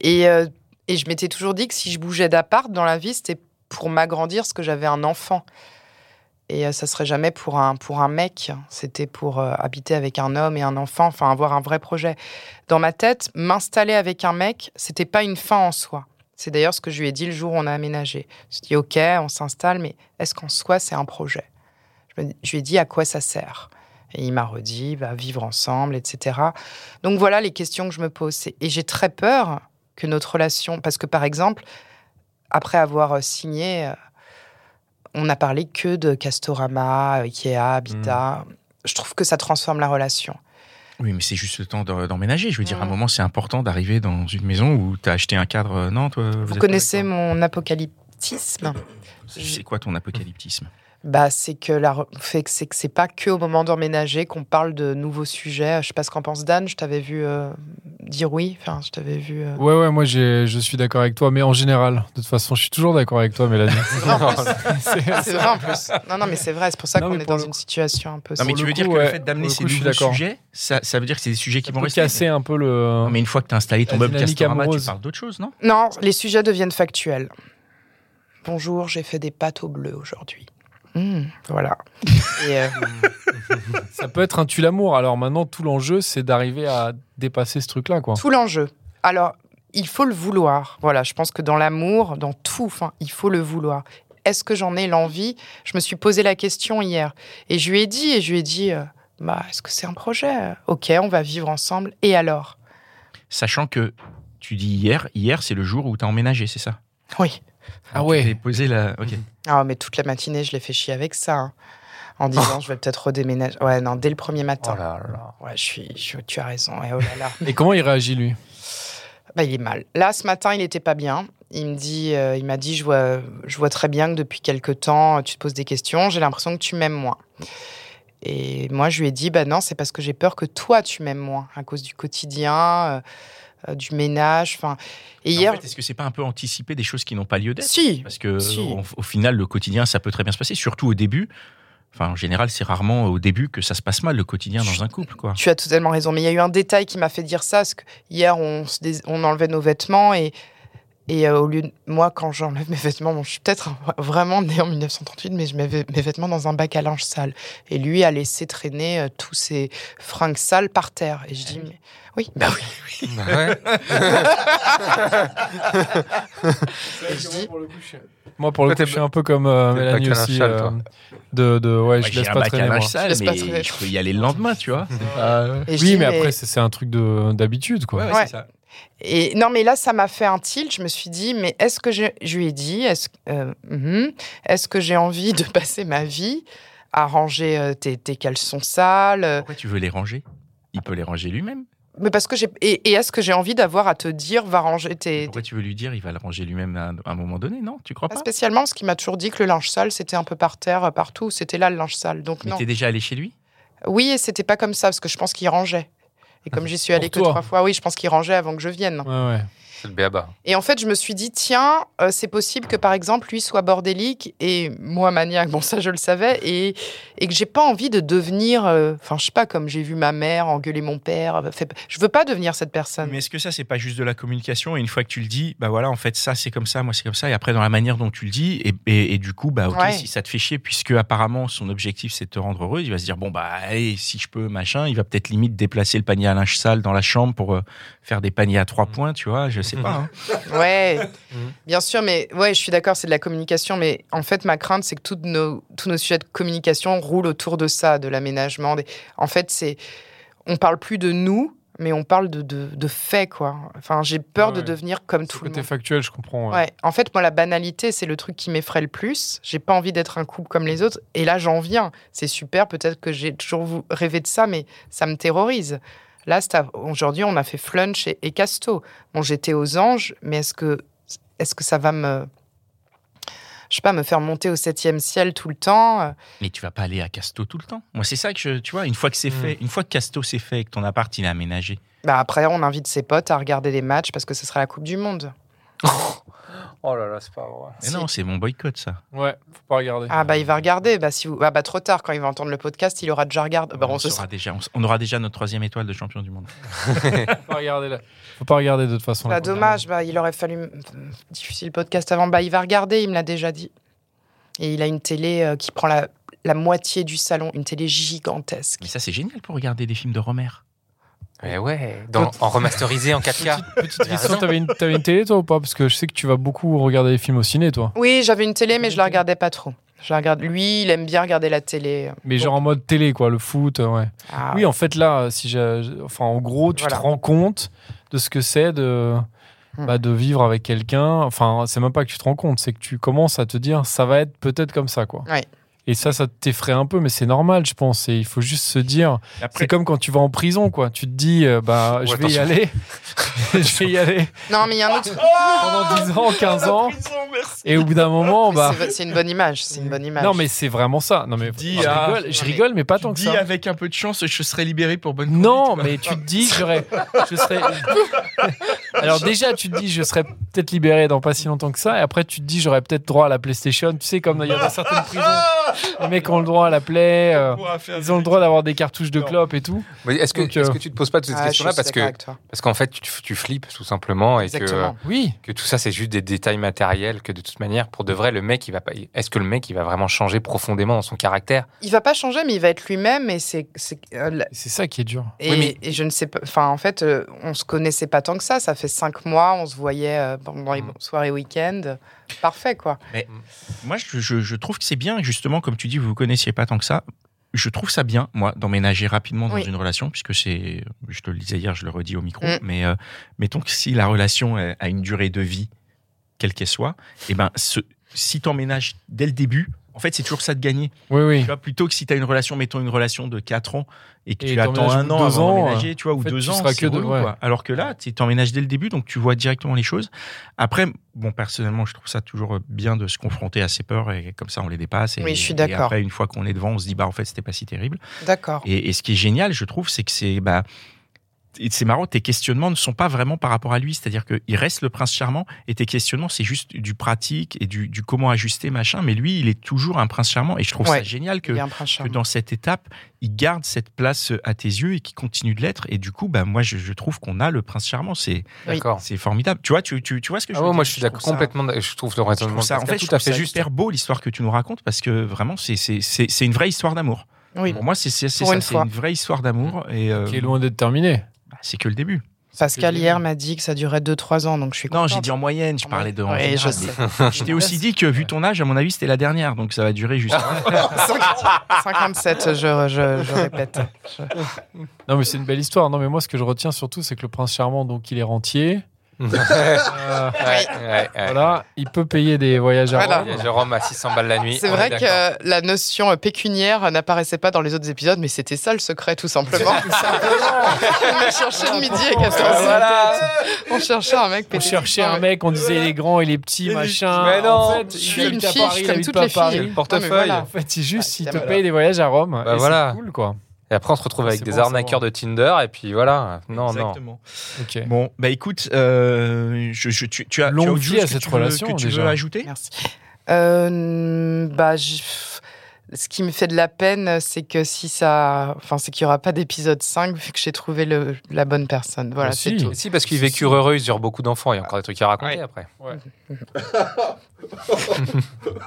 [SPEAKER 4] Et euh, et je m'étais toujours dit que si je bougeais d'appart dans la vie, c'était pour m'agrandir, parce que j'avais un enfant. Et euh, ça serait jamais pour un, pour un mec. C'était pour euh, habiter avec un homme et un enfant, enfin avoir un vrai projet. Dans ma tête, m'installer avec un mec, c'était pas une fin en soi. C'est d'ailleurs ce que je lui ai dit le jour où on a aménagé. Je lui ai dit, OK, on s'installe, mais est-ce qu'en soi, c'est un projet je, me- je lui ai dit à quoi ça sert. Et il m'a redit, bah, vivre ensemble, etc. Donc voilà les questions que je me pose. C'est- Et j'ai très peur que notre relation. Parce que par exemple, après avoir euh, signé, euh, on n'a parlé que de Castorama, euh, Ikea, Habitat. Je trouve que ça transforme la relation.
[SPEAKER 1] Oui, mais c'est juste le temps d'en- d'emménager. Je veux dire, à un
[SPEAKER 4] Mm.
[SPEAKER 1] moment, c'est important d'arriver dans une maison où tu as acheté un cadre. euh, Non, toi, vous,
[SPEAKER 4] Vous,
[SPEAKER 1] êtes
[SPEAKER 4] connaissez
[SPEAKER 1] pas
[SPEAKER 2] hein.
[SPEAKER 4] mon apocalyptisme
[SPEAKER 1] d'accord. C'est quoi ton apocalyptisme
[SPEAKER 4] Bah, c'est que la re- fait que c'est que c'est pas que au moment d'emménager qu'on parle de nouveaux sujets. Je sais pas ce qu'en pense Dan. Je t'avais vu euh, dire oui. Enfin, je t'avais vu. euh,
[SPEAKER 2] Ouais, ouais, moi j'ai- je suis d'accord avec toi, mais en général, de toute façon, je suis toujours d'accord avec toi, Mélanie. C'est-
[SPEAKER 4] C'est vrai en plus. Non, non, mais c'est vrai. C'est pour ça
[SPEAKER 2] Non,
[SPEAKER 4] qu'on
[SPEAKER 2] mais
[SPEAKER 4] est
[SPEAKER 2] pour
[SPEAKER 4] dans
[SPEAKER 2] le-
[SPEAKER 4] une situation un peu.
[SPEAKER 1] Non, mais
[SPEAKER 2] Pour
[SPEAKER 1] tu
[SPEAKER 2] le
[SPEAKER 1] veux dire
[SPEAKER 2] coup,
[SPEAKER 1] que le
[SPEAKER 2] ouais.
[SPEAKER 1] fait d'amener
[SPEAKER 2] Pour
[SPEAKER 1] ces
[SPEAKER 2] le coup, je suis
[SPEAKER 1] nouveaux
[SPEAKER 2] d'accord.
[SPEAKER 1] sujets, ça, ça veut dire que c'est des sujets qui
[SPEAKER 2] Ça
[SPEAKER 1] vont
[SPEAKER 2] peut
[SPEAKER 1] rester.
[SPEAKER 2] casser un peu le.
[SPEAKER 1] Non, Mais une fois que tu as installé ton
[SPEAKER 2] La
[SPEAKER 1] meuble
[SPEAKER 2] dynamique
[SPEAKER 1] Castorama, tu
[SPEAKER 2] amoureuse.
[SPEAKER 1] parles d'autre chose, non
[SPEAKER 4] Non, les sujets deviennent factuels. Bonjour, j'ai fait des pâtes au bleu aujourd'hui. Mmh, voilà. Et, euh,
[SPEAKER 2] Ça peut être un tue l'amour. Alors maintenant, tout l'enjeu, c'est d'arriver à dépasser ce truc-là, quoi.
[SPEAKER 4] Tout l'enjeu. Alors, il faut le vouloir. Voilà, je pense que dans l'amour, dans tout, enfin, il faut le vouloir. Est-ce que j'en ai l'envie Je me suis posé la question hier et je lui ai dit et je lui ai dit euh, bah est-ce que c'est un projet OK, on va vivre ensemble et alors
[SPEAKER 1] Sachant que tu dis hier, hier, c'est le jour où tu as emménagé, c'est ça
[SPEAKER 4] Oui.
[SPEAKER 2] Ah
[SPEAKER 1] Tu t'es
[SPEAKER 2] ouais.
[SPEAKER 1] posé la. Ok.
[SPEAKER 4] Ah mais toute la matinée, je l'ai fait chier avec ça. hein, En disant, je vais peut-être redéménager. Ouais, non, dès le premier
[SPEAKER 3] Oh
[SPEAKER 4] matin.
[SPEAKER 3] là là.
[SPEAKER 4] Ouais, je suis, je suis- tu as raison. Et oh là là.
[SPEAKER 2] Et comment il réagit, lui
[SPEAKER 4] Bah, il est mal. Là, ce matin, il n'était pas bien. Il me dit, euh, il m'a dit, je vois, je vois très bien que depuis quelque temps, tu te poses des questions. J'ai l'impression que tu m'aimes moins. Et moi, je lui ai dit, bah non, c'est parce que j'ai peur que toi, tu m'aimes moins à cause du quotidien, euh, euh, du ménage. Enfin, et hier,
[SPEAKER 1] En fait, Bah, est-ce que c'est pas un peu anticiper des choses qui n'ont pas lieu d'être
[SPEAKER 4] si.
[SPEAKER 1] Parce que
[SPEAKER 4] Si.
[SPEAKER 1] au, au final, le quotidien, ça peut très bien se passer, surtout au début. Enfin, en général, c'est rarement au début que ça se passe mal, le quotidien dans un couple, quoi.
[SPEAKER 4] Tu as totalement raison, mais il y a eu un détail qui m'a fait dire ça, parce que hier on, se dés- on enlevait nos vêtements et Et euh, au lieu de moi, quand j'enlève mes vêtements, bon, je suis peut-être vraiment née en 1938, mais je mets mes vêtements dans un bac à linge sale. Et lui a laissé traîner euh, tous ses fringues sales par terre. Et je dis, mais... oui, bah oui, oui.
[SPEAKER 3] Bah ouais.
[SPEAKER 4] Et je dis,
[SPEAKER 2] Moi, pour le
[SPEAKER 3] Toi,
[SPEAKER 2] coup,
[SPEAKER 3] t'es
[SPEAKER 2] je suis un peu comme euh,
[SPEAKER 3] t'es pas
[SPEAKER 2] Mélanie
[SPEAKER 3] qu'un
[SPEAKER 2] aussi.
[SPEAKER 3] châle,
[SPEAKER 2] euh,
[SPEAKER 3] toi.
[SPEAKER 2] de, de, ouais, je
[SPEAKER 1] j'ai
[SPEAKER 2] laisse
[SPEAKER 1] un
[SPEAKER 2] pas
[SPEAKER 1] bac à
[SPEAKER 2] traîner. moi.
[SPEAKER 1] linge sale,
[SPEAKER 4] laisse pas
[SPEAKER 1] mais
[SPEAKER 4] traîner.
[SPEAKER 1] je peux y aller le lendemain, tu vois.
[SPEAKER 2] Euh,
[SPEAKER 4] Et je
[SPEAKER 2] oui,
[SPEAKER 4] dis,
[SPEAKER 2] mais
[SPEAKER 4] mais-
[SPEAKER 2] après, c'est c'est un truc de- d'habitude, quoi.
[SPEAKER 4] Ah, ouais, c'est Et non, mais là, ça m'a fait un tilt. Je me suis dit, mais est-ce que je, je lui ai dit, est-ce euh, mhm, est-ce que j'ai envie de passer ma vie à ranger euh, tes, tes caleçons sales euh,
[SPEAKER 1] Pourquoi tu veux les ranger Il peut les ranger lui-même.
[SPEAKER 4] Mais parce que j'ai et, et est-ce que j'ai envie d'avoir à te dire, va ranger tes,
[SPEAKER 1] Pourquoi tu veux lui dire Il va le ranger lui-même à un- à un moment donné, non Tu crois
[SPEAKER 4] Pas
[SPEAKER 1] pas
[SPEAKER 4] spécialement, parce qu'il m'a toujours dit que le linge sale, c'était un peu par terre, euh, partout. C'était là le linge sale. Donc,
[SPEAKER 1] Mais
[SPEAKER 4] non.
[SPEAKER 1] t'es déjà allé chez lui
[SPEAKER 4] Oui, et c'était pas comme ça, parce que je pense qu'il rangeait. Et comme j'y suis allée que
[SPEAKER 2] toi.
[SPEAKER 4] trois fois, oui, je pense qu'il rangeait avant que je vienne.
[SPEAKER 2] Ouais, ouais.
[SPEAKER 3] C'est le béaba.
[SPEAKER 4] Et en fait, je me suis dit, tiens, euh, c'est possible que par exemple, lui soit bordélique et moi maniaque. Bon, ça, je le savais. Et, et que j'ai pas envie de devenir. euh, Enfin, je sais pas, comme j'ai vu ma mère engueuler mon père. euh, fait- je veux pas devenir cette personne.
[SPEAKER 1] Mais est-ce que ça, c'est pas juste de la communication Et une fois que tu le dis, bah voilà, en fait, ça, c'est comme ça, moi, c'est comme ça. Et après, dans la manière dont tu le dis, et, et- et du coup, bah ok,
[SPEAKER 4] Ouais.
[SPEAKER 1] si ça te fait chier, puisque apparemment, son objectif, c'est de te rendre heureuse, il va se dire, bon, bah, allez, si je peux, machin, il va peut-être limite déplacer le panier à linge sale dans la chambre pour euh, faire des paniers à trois points, tu vois, je sais pas. hein.
[SPEAKER 4] Ouais,
[SPEAKER 3] Mhm.
[SPEAKER 4] bien sûr, mais ouais, je suis d'accord, c'est de la communication, mais en fait, ma crainte, c'est que toutes nos, tous nos sujets de communication roulent autour de ça, de l'aménagement. des- En fait, c'est, on parle plus de nous, mais on parle de, de, de faits, quoi. Enfin, j'ai peur
[SPEAKER 2] Ouais,
[SPEAKER 4] de
[SPEAKER 2] ouais.
[SPEAKER 4] devenir comme
[SPEAKER 2] Ce
[SPEAKER 4] tout le
[SPEAKER 2] côté
[SPEAKER 4] monde.
[SPEAKER 2] factuel, je comprends. ouais.
[SPEAKER 4] Ouais. En fait, moi, la banalité, c'est le truc qui m'effraie le plus. J'ai pas envie d'être un couple comme les autres. Et là, j'en viens. C'est super. Peut-être que j'ai toujours vou- rêvé de ça, mais ça me terrorise. Là, c'est à- aujourd'hui, on a fait Flunch et, et Casto. Bon, j'étais aux anges, mais est-ce que, est-ce que ça va me. Je sais pas, me faire monter au septième ciel tout le temps
[SPEAKER 1] Mais tu vas pas aller à Casto tout le temps. Moi, c'est ça que je, tu vois, une fois que c'est
[SPEAKER 3] Mm.
[SPEAKER 1] fait, une fois que Casto c'est fait et que ton appart il est aménagé,
[SPEAKER 4] bah Après, on invite ses potes à regarder les matchs parce que ce sera la Coupe du Monde.
[SPEAKER 3] Oh là là, c'est pas vrai.
[SPEAKER 1] Mais
[SPEAKER 4] Si.
[SPEAKER 1] non, c'est mon boycott ça.
[SPEAKER 2] Ouais, faut pas regarder.
[SPEAKER 4] Ah, bah, il va regarder. Bah, si vous... ah, bah, trop tard. Quand il va entendre le podcast, il aura déjà regardé. Bah, on,
[SPEAKER 1] Ah on,
[SPEAKER 4] se
[SPEAKER 1] saura déjà, on, s- on aura déjà notre troisième étoile de champion du monde.
[SPEAKER 2] Faut pas regarder là. Faut pas regarder de toute façon.
[SPEAKER 4] Bah,
[SPEAKER 2] la première.
[SPEAKER 4] dommage, bah, il aurait fallu m- diffuser le podcast avant. Bah, il va regarder, il me l'a déjà dit. Et il a une télé euh, qui prend la, la moitié du salon, une télé gigantesque.
[SPEAKER 1] Mais ça c'est génial pour regarder des films de Romer.
[SPEAKER 3] Mais Eh ouais, dans- en remasterisé en 4K.
[SPEAKER 2] Petite
[SPEAKER 3] Il a
[SPEAKER 2] question,
[SPEAKER 3] raison.
[SPEAKER 2] t'avais une, t'avais une télé toi ou pas Parce que je sais que tu vas beaucoup regarder les films au ciné toi.
[SPEAKER 4] Oui, j'avais une télé, mais je la regardais pas trop. Je la regarde. Lui, il aime bien regarder la télé.
[SPEAKER 2] Mais genre en mode télé quoi, le foot, euh, ouais.
[SPEAKER 4] Ah,
[SPEAKER 2] Oui, en fait, là, si j'ai, enfin, en gros, tu
[SPEAKER 4] Voilà.
[SPEAKER 2] te rends compte de ce que c'est de,
[SPEAKER 4] Hmm.
[SPEAKER 2] bah, de vivre avec quelqu'un. Enfin, c'est même pas que tu te rends compte, c'est que tu commences à te dire, ça va être peut-être comme ça, quoi.
[SPEAKER 4] Ouais.
[SPEAKER 2] Et ça, ça t'effraie un peu, mais c'est normal, je pense. Et il faut juste se dire, c'est comme quand tu vas en prison, quoi. Tu te dis, euh, bah,
[SPEAKER 3] Ouais,
[SPEAKER 2] je vais y
[SPEAKER 3] attention.
[SPEAKER 2] aller, je vais y aller
[SPEAKER 4] Non, mais il y a un autre.
[SPEAKER 2] pendant 10 ans, 15 ans. Et au bout d'un moment, bah.
[SPEAKER 4] C'est- C'est une bonne image. C'est une bonne image.
[SPEAKER 2] Non, mais c'est vraiment ça. Non, mais
[SPEAKER 1] dis,
[SPEAKER 2] je,
[SPEAKER 1] ah,
[SPEAKER 2] rigole, je
[SPEAKER 4] non, mais
[SPEAKER 2] rigole, mais pas tant que ça.
[SPEAKER 1] avec un peu de chance, je serai libéré pour bonne
[SPEAKER 2] Non, mais tu te dis, j'aurais, je serais. Alors déjà, tu te dis, je serais peut-être libéré dans pas si longtemps que ça. Et après, tu te dis, j'aurais peut-être droit à la PlayStation. Tu sais, comme il y a dans certaines prisons, les mecs ont le droit à la Play. euh, ils ont le droit d'avoir des cartouches de clope et tout.
[SPEAKER 3] Mais Est-ce que,
[SPEAKER 2] Donc, euh,
[SPEAKER 3] est-ce que tu te poses pas toutes ces
[SPEAKER 4] Ah, je suis
[SPEAKER 3] questions-là parce,
[SPEAKER 4] d'accord
[SPEAKER 3] que,
[SPEAKER 4] avec toi.
[SPEAKER 3] parce qu'en fait, tu, tu flippes tout simplement et que,
[SPEAKER 4] Exactement.
[SPEAKER 2] Oui.
[SPEAKER 3] que tout ça, c'est juste des détails matériels que de toute manière, pour de vrai, le mec, il va pas. Est-ce que le mec, il va vraiment changer profondément dans son caractère
[SPEAKER 4] Il va pas changer, mais il va être lui-même. Et c'est c'est- euh, la-
[SPEAKER 2] C'est ça qui est dur.
[SPEAKER 4] Et,
[SPEAKER 3] Oui, mais-
[SPEAKER 4] et je ne sais pas. Enfin, en fait, euh, on se connaissait pas tant que ça. Ça fait cinq mois, on se voyait euh, pendant les
[SPEAKER 3] Mm.
[SPEAKER 4] soirées week-ends. Parfait, quoi.
[SPEAKER 1] Moi, je, je- je trouve que c'est bien, justement, comme tu dis, vous vous connaissiez pas tant que ça. Je trouve ça bien, moi, d'emménager rapidement dans
[SPEAKER 4] Oui.
[SPEAKER 1] une relation, puisque c'est, je te le disais hier, je le redis au micro,
[SPEAKER 4] Mm.
[SPEAKER 1] mais euh, mettons que si la relation euh, a une durée de vie, quelle qu'elle soit, et ben, ce- si t'emménages dès le début, en fait, c'est toujours ça de gagner.
[SPEAKER 2] Oui,
[SPEAKER 1] Tu
[SPEAKER 2] oui.
[SPEAKER 1] vois, plutôt que si tu as une relation, mettons une relation de 4 ans et que
[SPEAKER 2] Et
[SPEAKER 1] tu attends
[SPEAKER 2] t'emménages
[SPEAKER 1] un
[SPEAKER 2] au bout de
[SPEAKER 1] an
[SPEAKER 2] deux
[SPEAKER 1] avant
[SPEAKER 2] ans,
[SPEAKER 1] d'emménager, tu vois, ou
[SPEAKER 2] en fait,
[SPEAKER 1] deux
[SPEAKER 2] tu
[SPEAKER 1] ans,
[SPEAKER 2] seras
[SPEAKER 1] c'est
[SPEAKER 2] que deux,
[SPEAKER 1] relou,
[SPEAKER 2] ouais.
[SPEAKER 1] quoi. Alors que là, tu t'emménages dès le début, donc tu vois directement les choses. Après, bon, personnellement, je trouve ça toujours bien de se confronter à ses peurs et comme ça, on les dépasse. Et,
[SPEAKER 4] Oui, je suis
[SPEAKER 1] et
[SPEAKER 4] d'accord.
[SPEAKER 1] après, une fois qu'on est devant, on se dit, bah, en fait, c'était pas si terrible.
[SPEAKER 4] D'accord.
[SPEAKER 1] Et, et ce qui est génial, je trouve, c'est que c'est, bah, et c'est marrant, tes questionnements ne sont pas vraiment par rapport à lui. C'est-à-dire qu'il reste le prince charmant et tes questionnements, c'est juste du pratique et du, du comment ajuster, machin. Mais lui, il est toujours un prince charmant. Et je trouve ça
[SPEAKER 4] Ouais.
[SPEAKER 1] génial que,
[SPEAKER 4] Il y a un prince
[SPEAKER 1] que
[SPEAKER 4] charmant.
[SPEAKER 1] dans cette étape, il garde cette place euh, à tes yeux et qu'il continue de l'être. Et du coup, bah, moi, je, je trouve qu'on a le prince charmant. C'est
[SPEAKER 3] D'accord.
[SPEAKER 1] c'est formidable. Tu vois, tu, tu, tu vois ce que je
[SPEAKER 3] Ah
[SPEAKER 1] veux
[SPEAKER 3] ouais,
[SPEAKER 1] dire
[SPEAKER 3] moi, je suis d'accord,
[SPEAKER 1] trouve ça-
[SPEAKER 3] complètement. d'ac- Je trouve le
[SPEAKER 1] je
[SPEAKER 3] raisonnement
[SPEAKER 1] trouve ça,
[SPEAKER 3] de
[SPEAKER 1] en
[SPEAKER 3] Pascal
[SPEAKER 1] fait, je
[SPEAKER 3] tout à
[SPEAKER 1] trouve
[SPEAKER 3] fait
[SPEAKER 1] ça
[SPEAKER 3] juste.
[SPEAKER 1] hyper beau l'histoire que tu nous racontes parce que vraiment, c'est- c'est c'est- c'est une vraie histoire d'amour.
[SPEAKER 4] Oui,
[SPEAKER 1] Pour moi, c'est c'est- c'est
[SPEAKER 4] Pour
[SPEAKER 1] ça,
[SPEAKER 4] une
[SPEAKER 1] c'est
[SPEAKER 4] fois.
[SPEAKER 1] une vraie histoire d'amour et euh,
[SPEAKER 2] qui est loin d'être terminé.
[SPEAKER 1] bah, c'est que le début.
[SPEAKER 4] Pascal hier m'a dit que ça durait 2-3 ans, donc je suis
[SPEAKER 1] Non,
[SPEAKER 4] contente.
[SPEAKER 1] j'ai dit en moyenne, je parlais de. en
[SPEAKER 4] Oui, je
[SPEAKER 1] général,
[SPEAKER 4] sais.
[SPEAKER 1] mais je t'ai aussi dit que, vu ton âge, à mon avis, c'était la dernière, donc ça va durer juste.
[SPEAKER 4] 57, je, je, je répète.
[SPEAKER 2] Non, mais c'est une belle histoire. Non, mais moi, ce que je retiens surtout, c'est que le prince charmant, donc, il est rentier. Euh,
[SPEAKER 3] Ouais, ouais, ouais.
[SPEAKER 2] voilà, il peut payer des voyages à
[SPEAKER 4] Voilà.
[SPEAKER 3] Il y
[SPEAKER 2] Rome.
[SPEAKER 3] a Jérôme à 600 balles la nuit.
[SPEAKER 4] C'est
[SPEAKER 3] on est
[SPEAKER 4] vrai
[SPEAKER 3] d'accord.
[SPEAKER 4] que la notion pécuniaire n'apparaissait pas dans les autres épisodes, mais c'était ça le secret, tout simplement. on cherchait le midi à 14
[SPEAKER 3] Ah,
[SPEAKER 4] h
[SPEAKER 3] voilà.
[SPEAKER 4] On cherchait un mec
[SPEAKER 2] On
[SPEAKER 4] pécuniaire.
[SPEAKER 2] cherchait un mec, on disait il est grand, il est petit, machin.
[SPEAKER 3] Mais non,
[SPEAKER 2] en fait,
[SPEAKER 3] je
[SPEAKER 2] il
[SPEAKER 4] suis
[SPEAKER 2] habite
[SPEAKER 4] une
[SPEAKER 2] à
[SPEAKER 4] fille,
[SPEAKER 2] Paris,
[SPEAKER 4] je suis
[SPEAKER 2] il
[SPEAKER 4] comme
[SPEAKER 2] habite
[SPEAKER 4] toutes
[SPEAKER 2] pas à
[SPEAKER 4] les filles.
[SPEAKER 2] Paris.
[SPEAKER 3] C'est le portefeuille.
[SPEAKER 4] Non, Ah, mais
[SPEAKER 3] Bah
[SPEAKER 4] voilà.
[SPEAKER 2] En fait, il juste,
[SPEAKER 4] Ah,
[SPEAKER 2] il te
[SPEAKER 4] évidemment.
[SPEAKER 2] paye des voyages à Rome. et c'est
[SPEAKER 3] voilà.
[SPEAKER 2] cool, quoi.
[SPEAKER 3] Et après, on se retrouve
[SPEAKER 2] Ah,
[SPEAKER 3] avec
[SPEAKER 2] c'est
[SPEAKER 3] des
[SPEAKER 2] bon à
[SPEAKER 3] arnaqueurs de Tinder, et puis voilà. Non, non.
[SPEAKER 1] Exactement.
[SPEAKER 2] Ok.
[SPEAKER 1] Bon, bah écoute, euh, je, je- tu, tu as.
[SPEAKER 2] Longue
[SPEAKER 1] tu as autre
[SPEAKER 2] vie
[SPEAKER 1] chose
[SPEAKER 2] à
[SPEAKER 1] que
[SPEAKER 2] cette
[SPEAKER 1] tu veux-
[SPEAKER 2] relation,
[SPEAKER 1] Que tu
[SPEAKER 2] déjà.
[SPEAKER 1] veux ajouter
[SPEAKER 4] Merci. Euh, bah, j- Ce qui me fait de la peine, c'est que si ça, enfin, c'est qu'il n'y aura pas d'épisode 5 vu que j'ai trouvé le- la bonne personne. Voilà,
[SPEAKER 1] Bah,
[SPEAKER 2] Mais
[SPEAKER 4] c'est
[SPEAKER 2] si.
[SPEAKER 4] tout.
[SPEAKER 3] Si, parce qu'ils
[SPEAKER 2] Si, si.
[SPEAKER 3] vécurent heureux, ils eurent beaucoup d'enfants. Il y a encore des trucs à raconter après.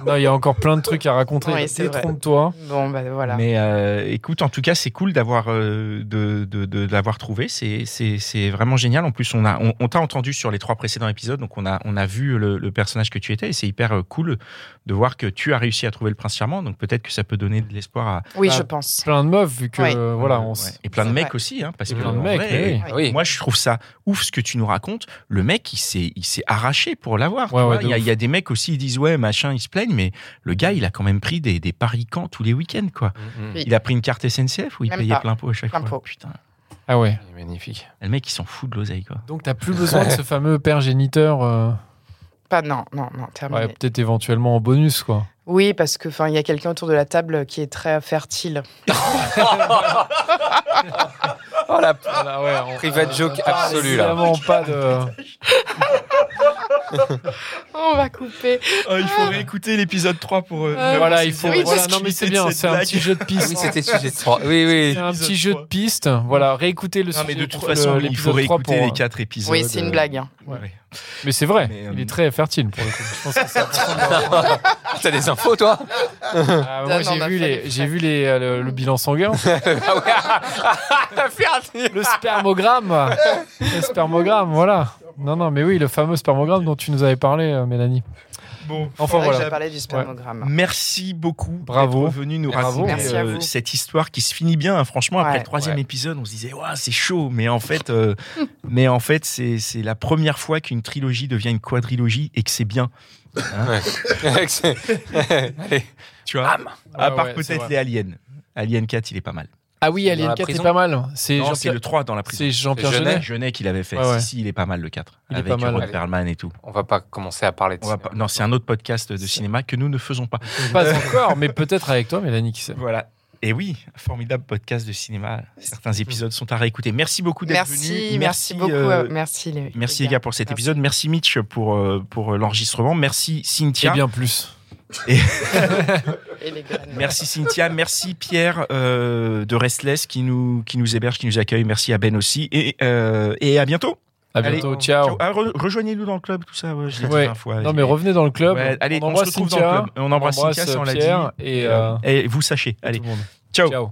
[SPEAKER 2] Non, il y a encore plein de trucs à raconter.
[SPEAKER 4] Oui, c'est vrai.
[SPEAKER 2] Détrompe-toi.
[SPEAKER 4] Bon, bah voilà.
[SPEAKER 1] Mais euh, écoute, en tout cas, c'est cool d'avoir euh, de, de, de- de l'avoir trouvé. C'est- C'est c'est vraiment génial. En plus, on a on, on t'a entendu sur les trois précédents épisodes, donc on a on a vu le, le personnage que tu étais et c'est hyper euh, cool de voir que tu as réussi à trouver le prince charmant. Donc peut-être que ça peut donner de l'espoir à
[SPEAKER 4] oui,
[SPEAKER 2] bah,
[SPEAKER 4] je pense.
[SPEAKER 2] Plein de meufs, vu que
[SPEAKER 4] Oui.
[SPEAKER 2] euh, voilà, on
[SPEAKER 1] Ouais.
[SPEAKER 2] s-
[SPEAKER 1] et plein de
[SPEAKER 4] c'est
[SPEAKER 1] mecs
[SPEAKER 4] vrai.
[SPEAKER 1] aussi, hein, parce que
[SPEAKER 3] Plein
[SPEAKER 2] plein de
[SPEAKER 1] en
[SPEAKER 2] mecs.
[SPEAKER 1] vrai,
[SPEAKER 2] oui.
[SPEAKER 4] Ouais.
[SPEAKER 3] Ah Oui.
[SPEAKER 1] Moi, je trouve ça ouf ce que tu nous racontes. Le mec, il s'est, il s'est arraché pour l'avoir. tu
[SPEAKER 2] Ouais,
[SPEAKER 1] vois.
[SPEAKER 2] ouais, de
[SPEAKER 1] il, y a-
[SPEAKER 2] ouf.
[SPEAKER 1] il y a des mecs aussi, ils disent ouais, machin, ils se plaignent, mais le gars, il a quand même pris des, des paris camps tous les week-ends, quoi.
[SPEAKER 3] Mhm.
[SPEAKER 4] Oui.
[SPEAKER 1] Il a pris une carte SNCF ou il
[SPEAKER 4] Même
[SPEAKER 1] payait
[SPEAKER 4] pas.
[SPEAKER 1] plein pot à chaque
[SPEAKER 4] Plein
[SPEAKER 1] fois.
[SPEAKER 4] pot.
[SPEAKER 1] Putain,
[SPEAKER 2] Ah ouais.
[SPEAKER 3] Il est Magnifique.
[SPEAKER 1] le mec, il s'en fout de l'oseille, quoi.
[SPEAKER 2] Donc, t'as plus besoin de ce fameux père géniteur. euh,
[SPEAKER 4] Pas non, non, non, terminé.
[SPEAKER 2] ouais, peut-être éventuellement en bonus, quoi.
[SPEAKER 4] Oui, parce que, enfin, il y a quelqu'un autour de la table qui est très fertile.
[SPEAKER 3] Oh la
[SPEAKER 2] Voilà, ouais, on-
[SPEAKER 3] private joke
[SPEAKER 2] Ah,
[SPEAKER 3] absolue là.
[SPEAKER 2] évidemment, pas de.
[SPEAKER 4] On va couper.
[SPEAKER 1] Oh, il faut réécouter l'épisode 3 pour. euh,
[SPEAKER 4] Ah,
[SPEAKER 2] Voilà, il faut.
[SPEAKER 4] Oui,
[SPEAKER 2] voilà,
[SPEAKER 4] parce
[SPEAKER 2] non, mais c'est bien, c'est un petit jeu de piste.
[SPEAKER 3] Ah Oui, c'était sujet de trois. Oh, Oui, oui.
[SPEAKER 2] C'est un
[SPEAKER 1] Épisode
[SPEAKER 2] petit jeu de
[SPEAKER 1] trois.
[SPEAKER 2] piste. Voilà, réécoutez le
[SPEAKER 1] mais
[SPEAKER 2] sujet
[SPEAKER 1] de toute
[SPEAKER 2] pour-
[SPEAKER 1] façon,
[SPEAKER 2] le-
[SPEAKER 1] il faut
[SPEAKER 2] l'épisode
[SPEAKER 1] réécouter
[SPEAKER 2] 3 pour- euh,
[SPEAKER 1] les quatre épisodes. euh,
[SPEAKER 4] Oui, c'est une blague. hein.
[SPEAKER 1] Ouais.
[SPEAKER 2] Mais c'est vrai,
[SPEAKER 1] Mais, euh,
[SPEAKER 2] il est très fertile pour le coup. Je pense que c'est important de-
[SPEAKER 3] T'as des infos, toi
[SPEAKER 2] Ah, moi,
[SPEAKER 4] Dan, on
[SPEAKER 2] j'ai
[SPEAKER 4] a
[SPEAKER 2] vu,
[SPEAKER 4] fait
[SPEAKER 2] les,
[SPEAKER 4] les
[SPEAKER 2] j'ai vu les, euh, le, le bilan sanguin,
[SPEAKER 3] Ah T'as fait un
[SPEAKER 2] le spermogramme. Le spermogramme, voilà. Non, non, mais oui, le fameux spermogramme dont tu nous avais parlé, euh, Mélanie.
[SPEAKER 1] Bon.
[SPEAKER 4] C'est
[SPEAKER 2] Enfin,
[SPEAKER 4] vrai que
[SPEAKER 2] voilà.
[SPEAKER 4] J'ai parlé du spermogramme.
[SPEAKER 1] Merci beaucoup
[SPEAKER 2] Bravo.
[SPEAKER 1] d'être venu nous
[SPEAKER 2] Bravo.
[SPEAKER 1] raconter
[SPEAKER 4] Merci à
[SPEAKER 1] euh,
[SPEAKER 4] vous.
[SPEAKER 1] cette histoire qui se finit bien. hein. Franchement, après
[SPEAKER 4] Ouais.
[SPEAKER 1] le troisième
[SPEAKER 3] Ouais.
[SPEAKER 1] épisode, on se disait Ouah, c'est chaud, mais en fait, euh, mais en fait, c'est c'est la première fois qu'une trilogie devient une quadrilogie et que c'est bien.
[SPEAKER 3] Allez.
[SPEAKER 1] Tu vois, à
[SPEAKER 2] Ah, Ouais,
[SPEAKER 1] part
[SPEAKER 2] ouais, c'est
[SPEAKER 1] peut-être
[SPEAKER 2] vrai.
[SPEAKER 1] les aliens. Alien 4, il est pas mal.
[SPEAKER 2] Ah oui,
[SPEAKER 3] Dans
[SPEAKER 2] Alien
[SPEAKER 3] la
[SPEAKER 2] 4 c'est
[SPEAKER 3] prison.
[SPEAKER 2] pas mal. C'est
[SPEAKER 1] Non,
[SPEAKER 2] Jean-Pierre-
[SPEAKER 1] c'est le 3 dans la prison.
[SPEAKER 2] c'est Jean-Pierre
[SPEAKER 3] C'est
[SPEAKER 2] Jeunet.
[SPEAKER 3] Jeunet.
[SPEAKER 1] Jeunet qui l'avait fait.
[SPEAKER 2] Ouais, ouais.
[SPEAKER 1] Si, si, il est pas mal le 4.
[SPEAKER 2] Il est
[SPEAKER 1] avec
[SPEAKER 2] pas mal.
[SPEAKER 1] Ron Perlman et tout.
[SPEAKER 3] On va pas commencer à parler de
[SPEAKER 1] On va
[SPEAKER 3] ça.
[SPEAKER 1] pas- Non, c'est un autre podcast de cinéma que nous ne faisons pas.
[SPEAKER 2] Pas encore, mais peut-être avec toi, Mélanie, qui sait.
[SPEAKER 1] Voilà. Et oui, formidable podcast de cinéma. Certains épisodes sont à réécouter. Merci beaucoup d'être venu.
[SPEAKER 4] Merci, merci beaucoup.
[SPEAKER 1] euh,
[SPEAKER 4] euh, Merci les
[SPEAKER 1] Merci les gars pour cet
[SPEAKER 4] Merci.
[SPEAKER 1] épisode. Merci Mitch pour, euh, pour l'enregistrement. Merci
[SPEAKER 2] Et
[SPEAKER 1] Cynthia.
[SPEAKER 2] Eh bien plus.
[SPEAKER 4] Et les gars, non.
[SPEAKER 1] Merci Cynthia. Merci Pierre euh, de Restless qui nous, qui nous héberge, qui nous accueille. Merci à Ben aussi. Et, euh, et à bientôt.
[SPEAKER 2] À
[SPEAKER 1] Allez,
[SPEAKER 2] bientôt, ciao.
[SPEAKER 1] Ciao. Ah, re- Rejoignez-nous dans le club, tout ça. Ouais, je l'ai dit
[SPEAKER 2] Ouais.
[SPEAKER 1] 20 fois.
[SPEAKER 2] Non, mais revenez dans le club.
[SPEAKER 1] Ouais, allez, on,
[SPEAKER 2] embrasse
[SPEAKER 1] se retrouve
[SPEAKER 2] Cynthia,
[SPEAKER 1] dans le club. On embrasse Cynthia si on l'a dit.
[SPEAKER 2] Pierre Et, euh,
[SPEAKER 1] Et vous sachez.
[SPEAKER 2] tout
[SPEAKER 1] Allez,
[SPEAKER 2] le monde.
[SPEAKER 1] ciao.
[SPEAKER 2] Ciao.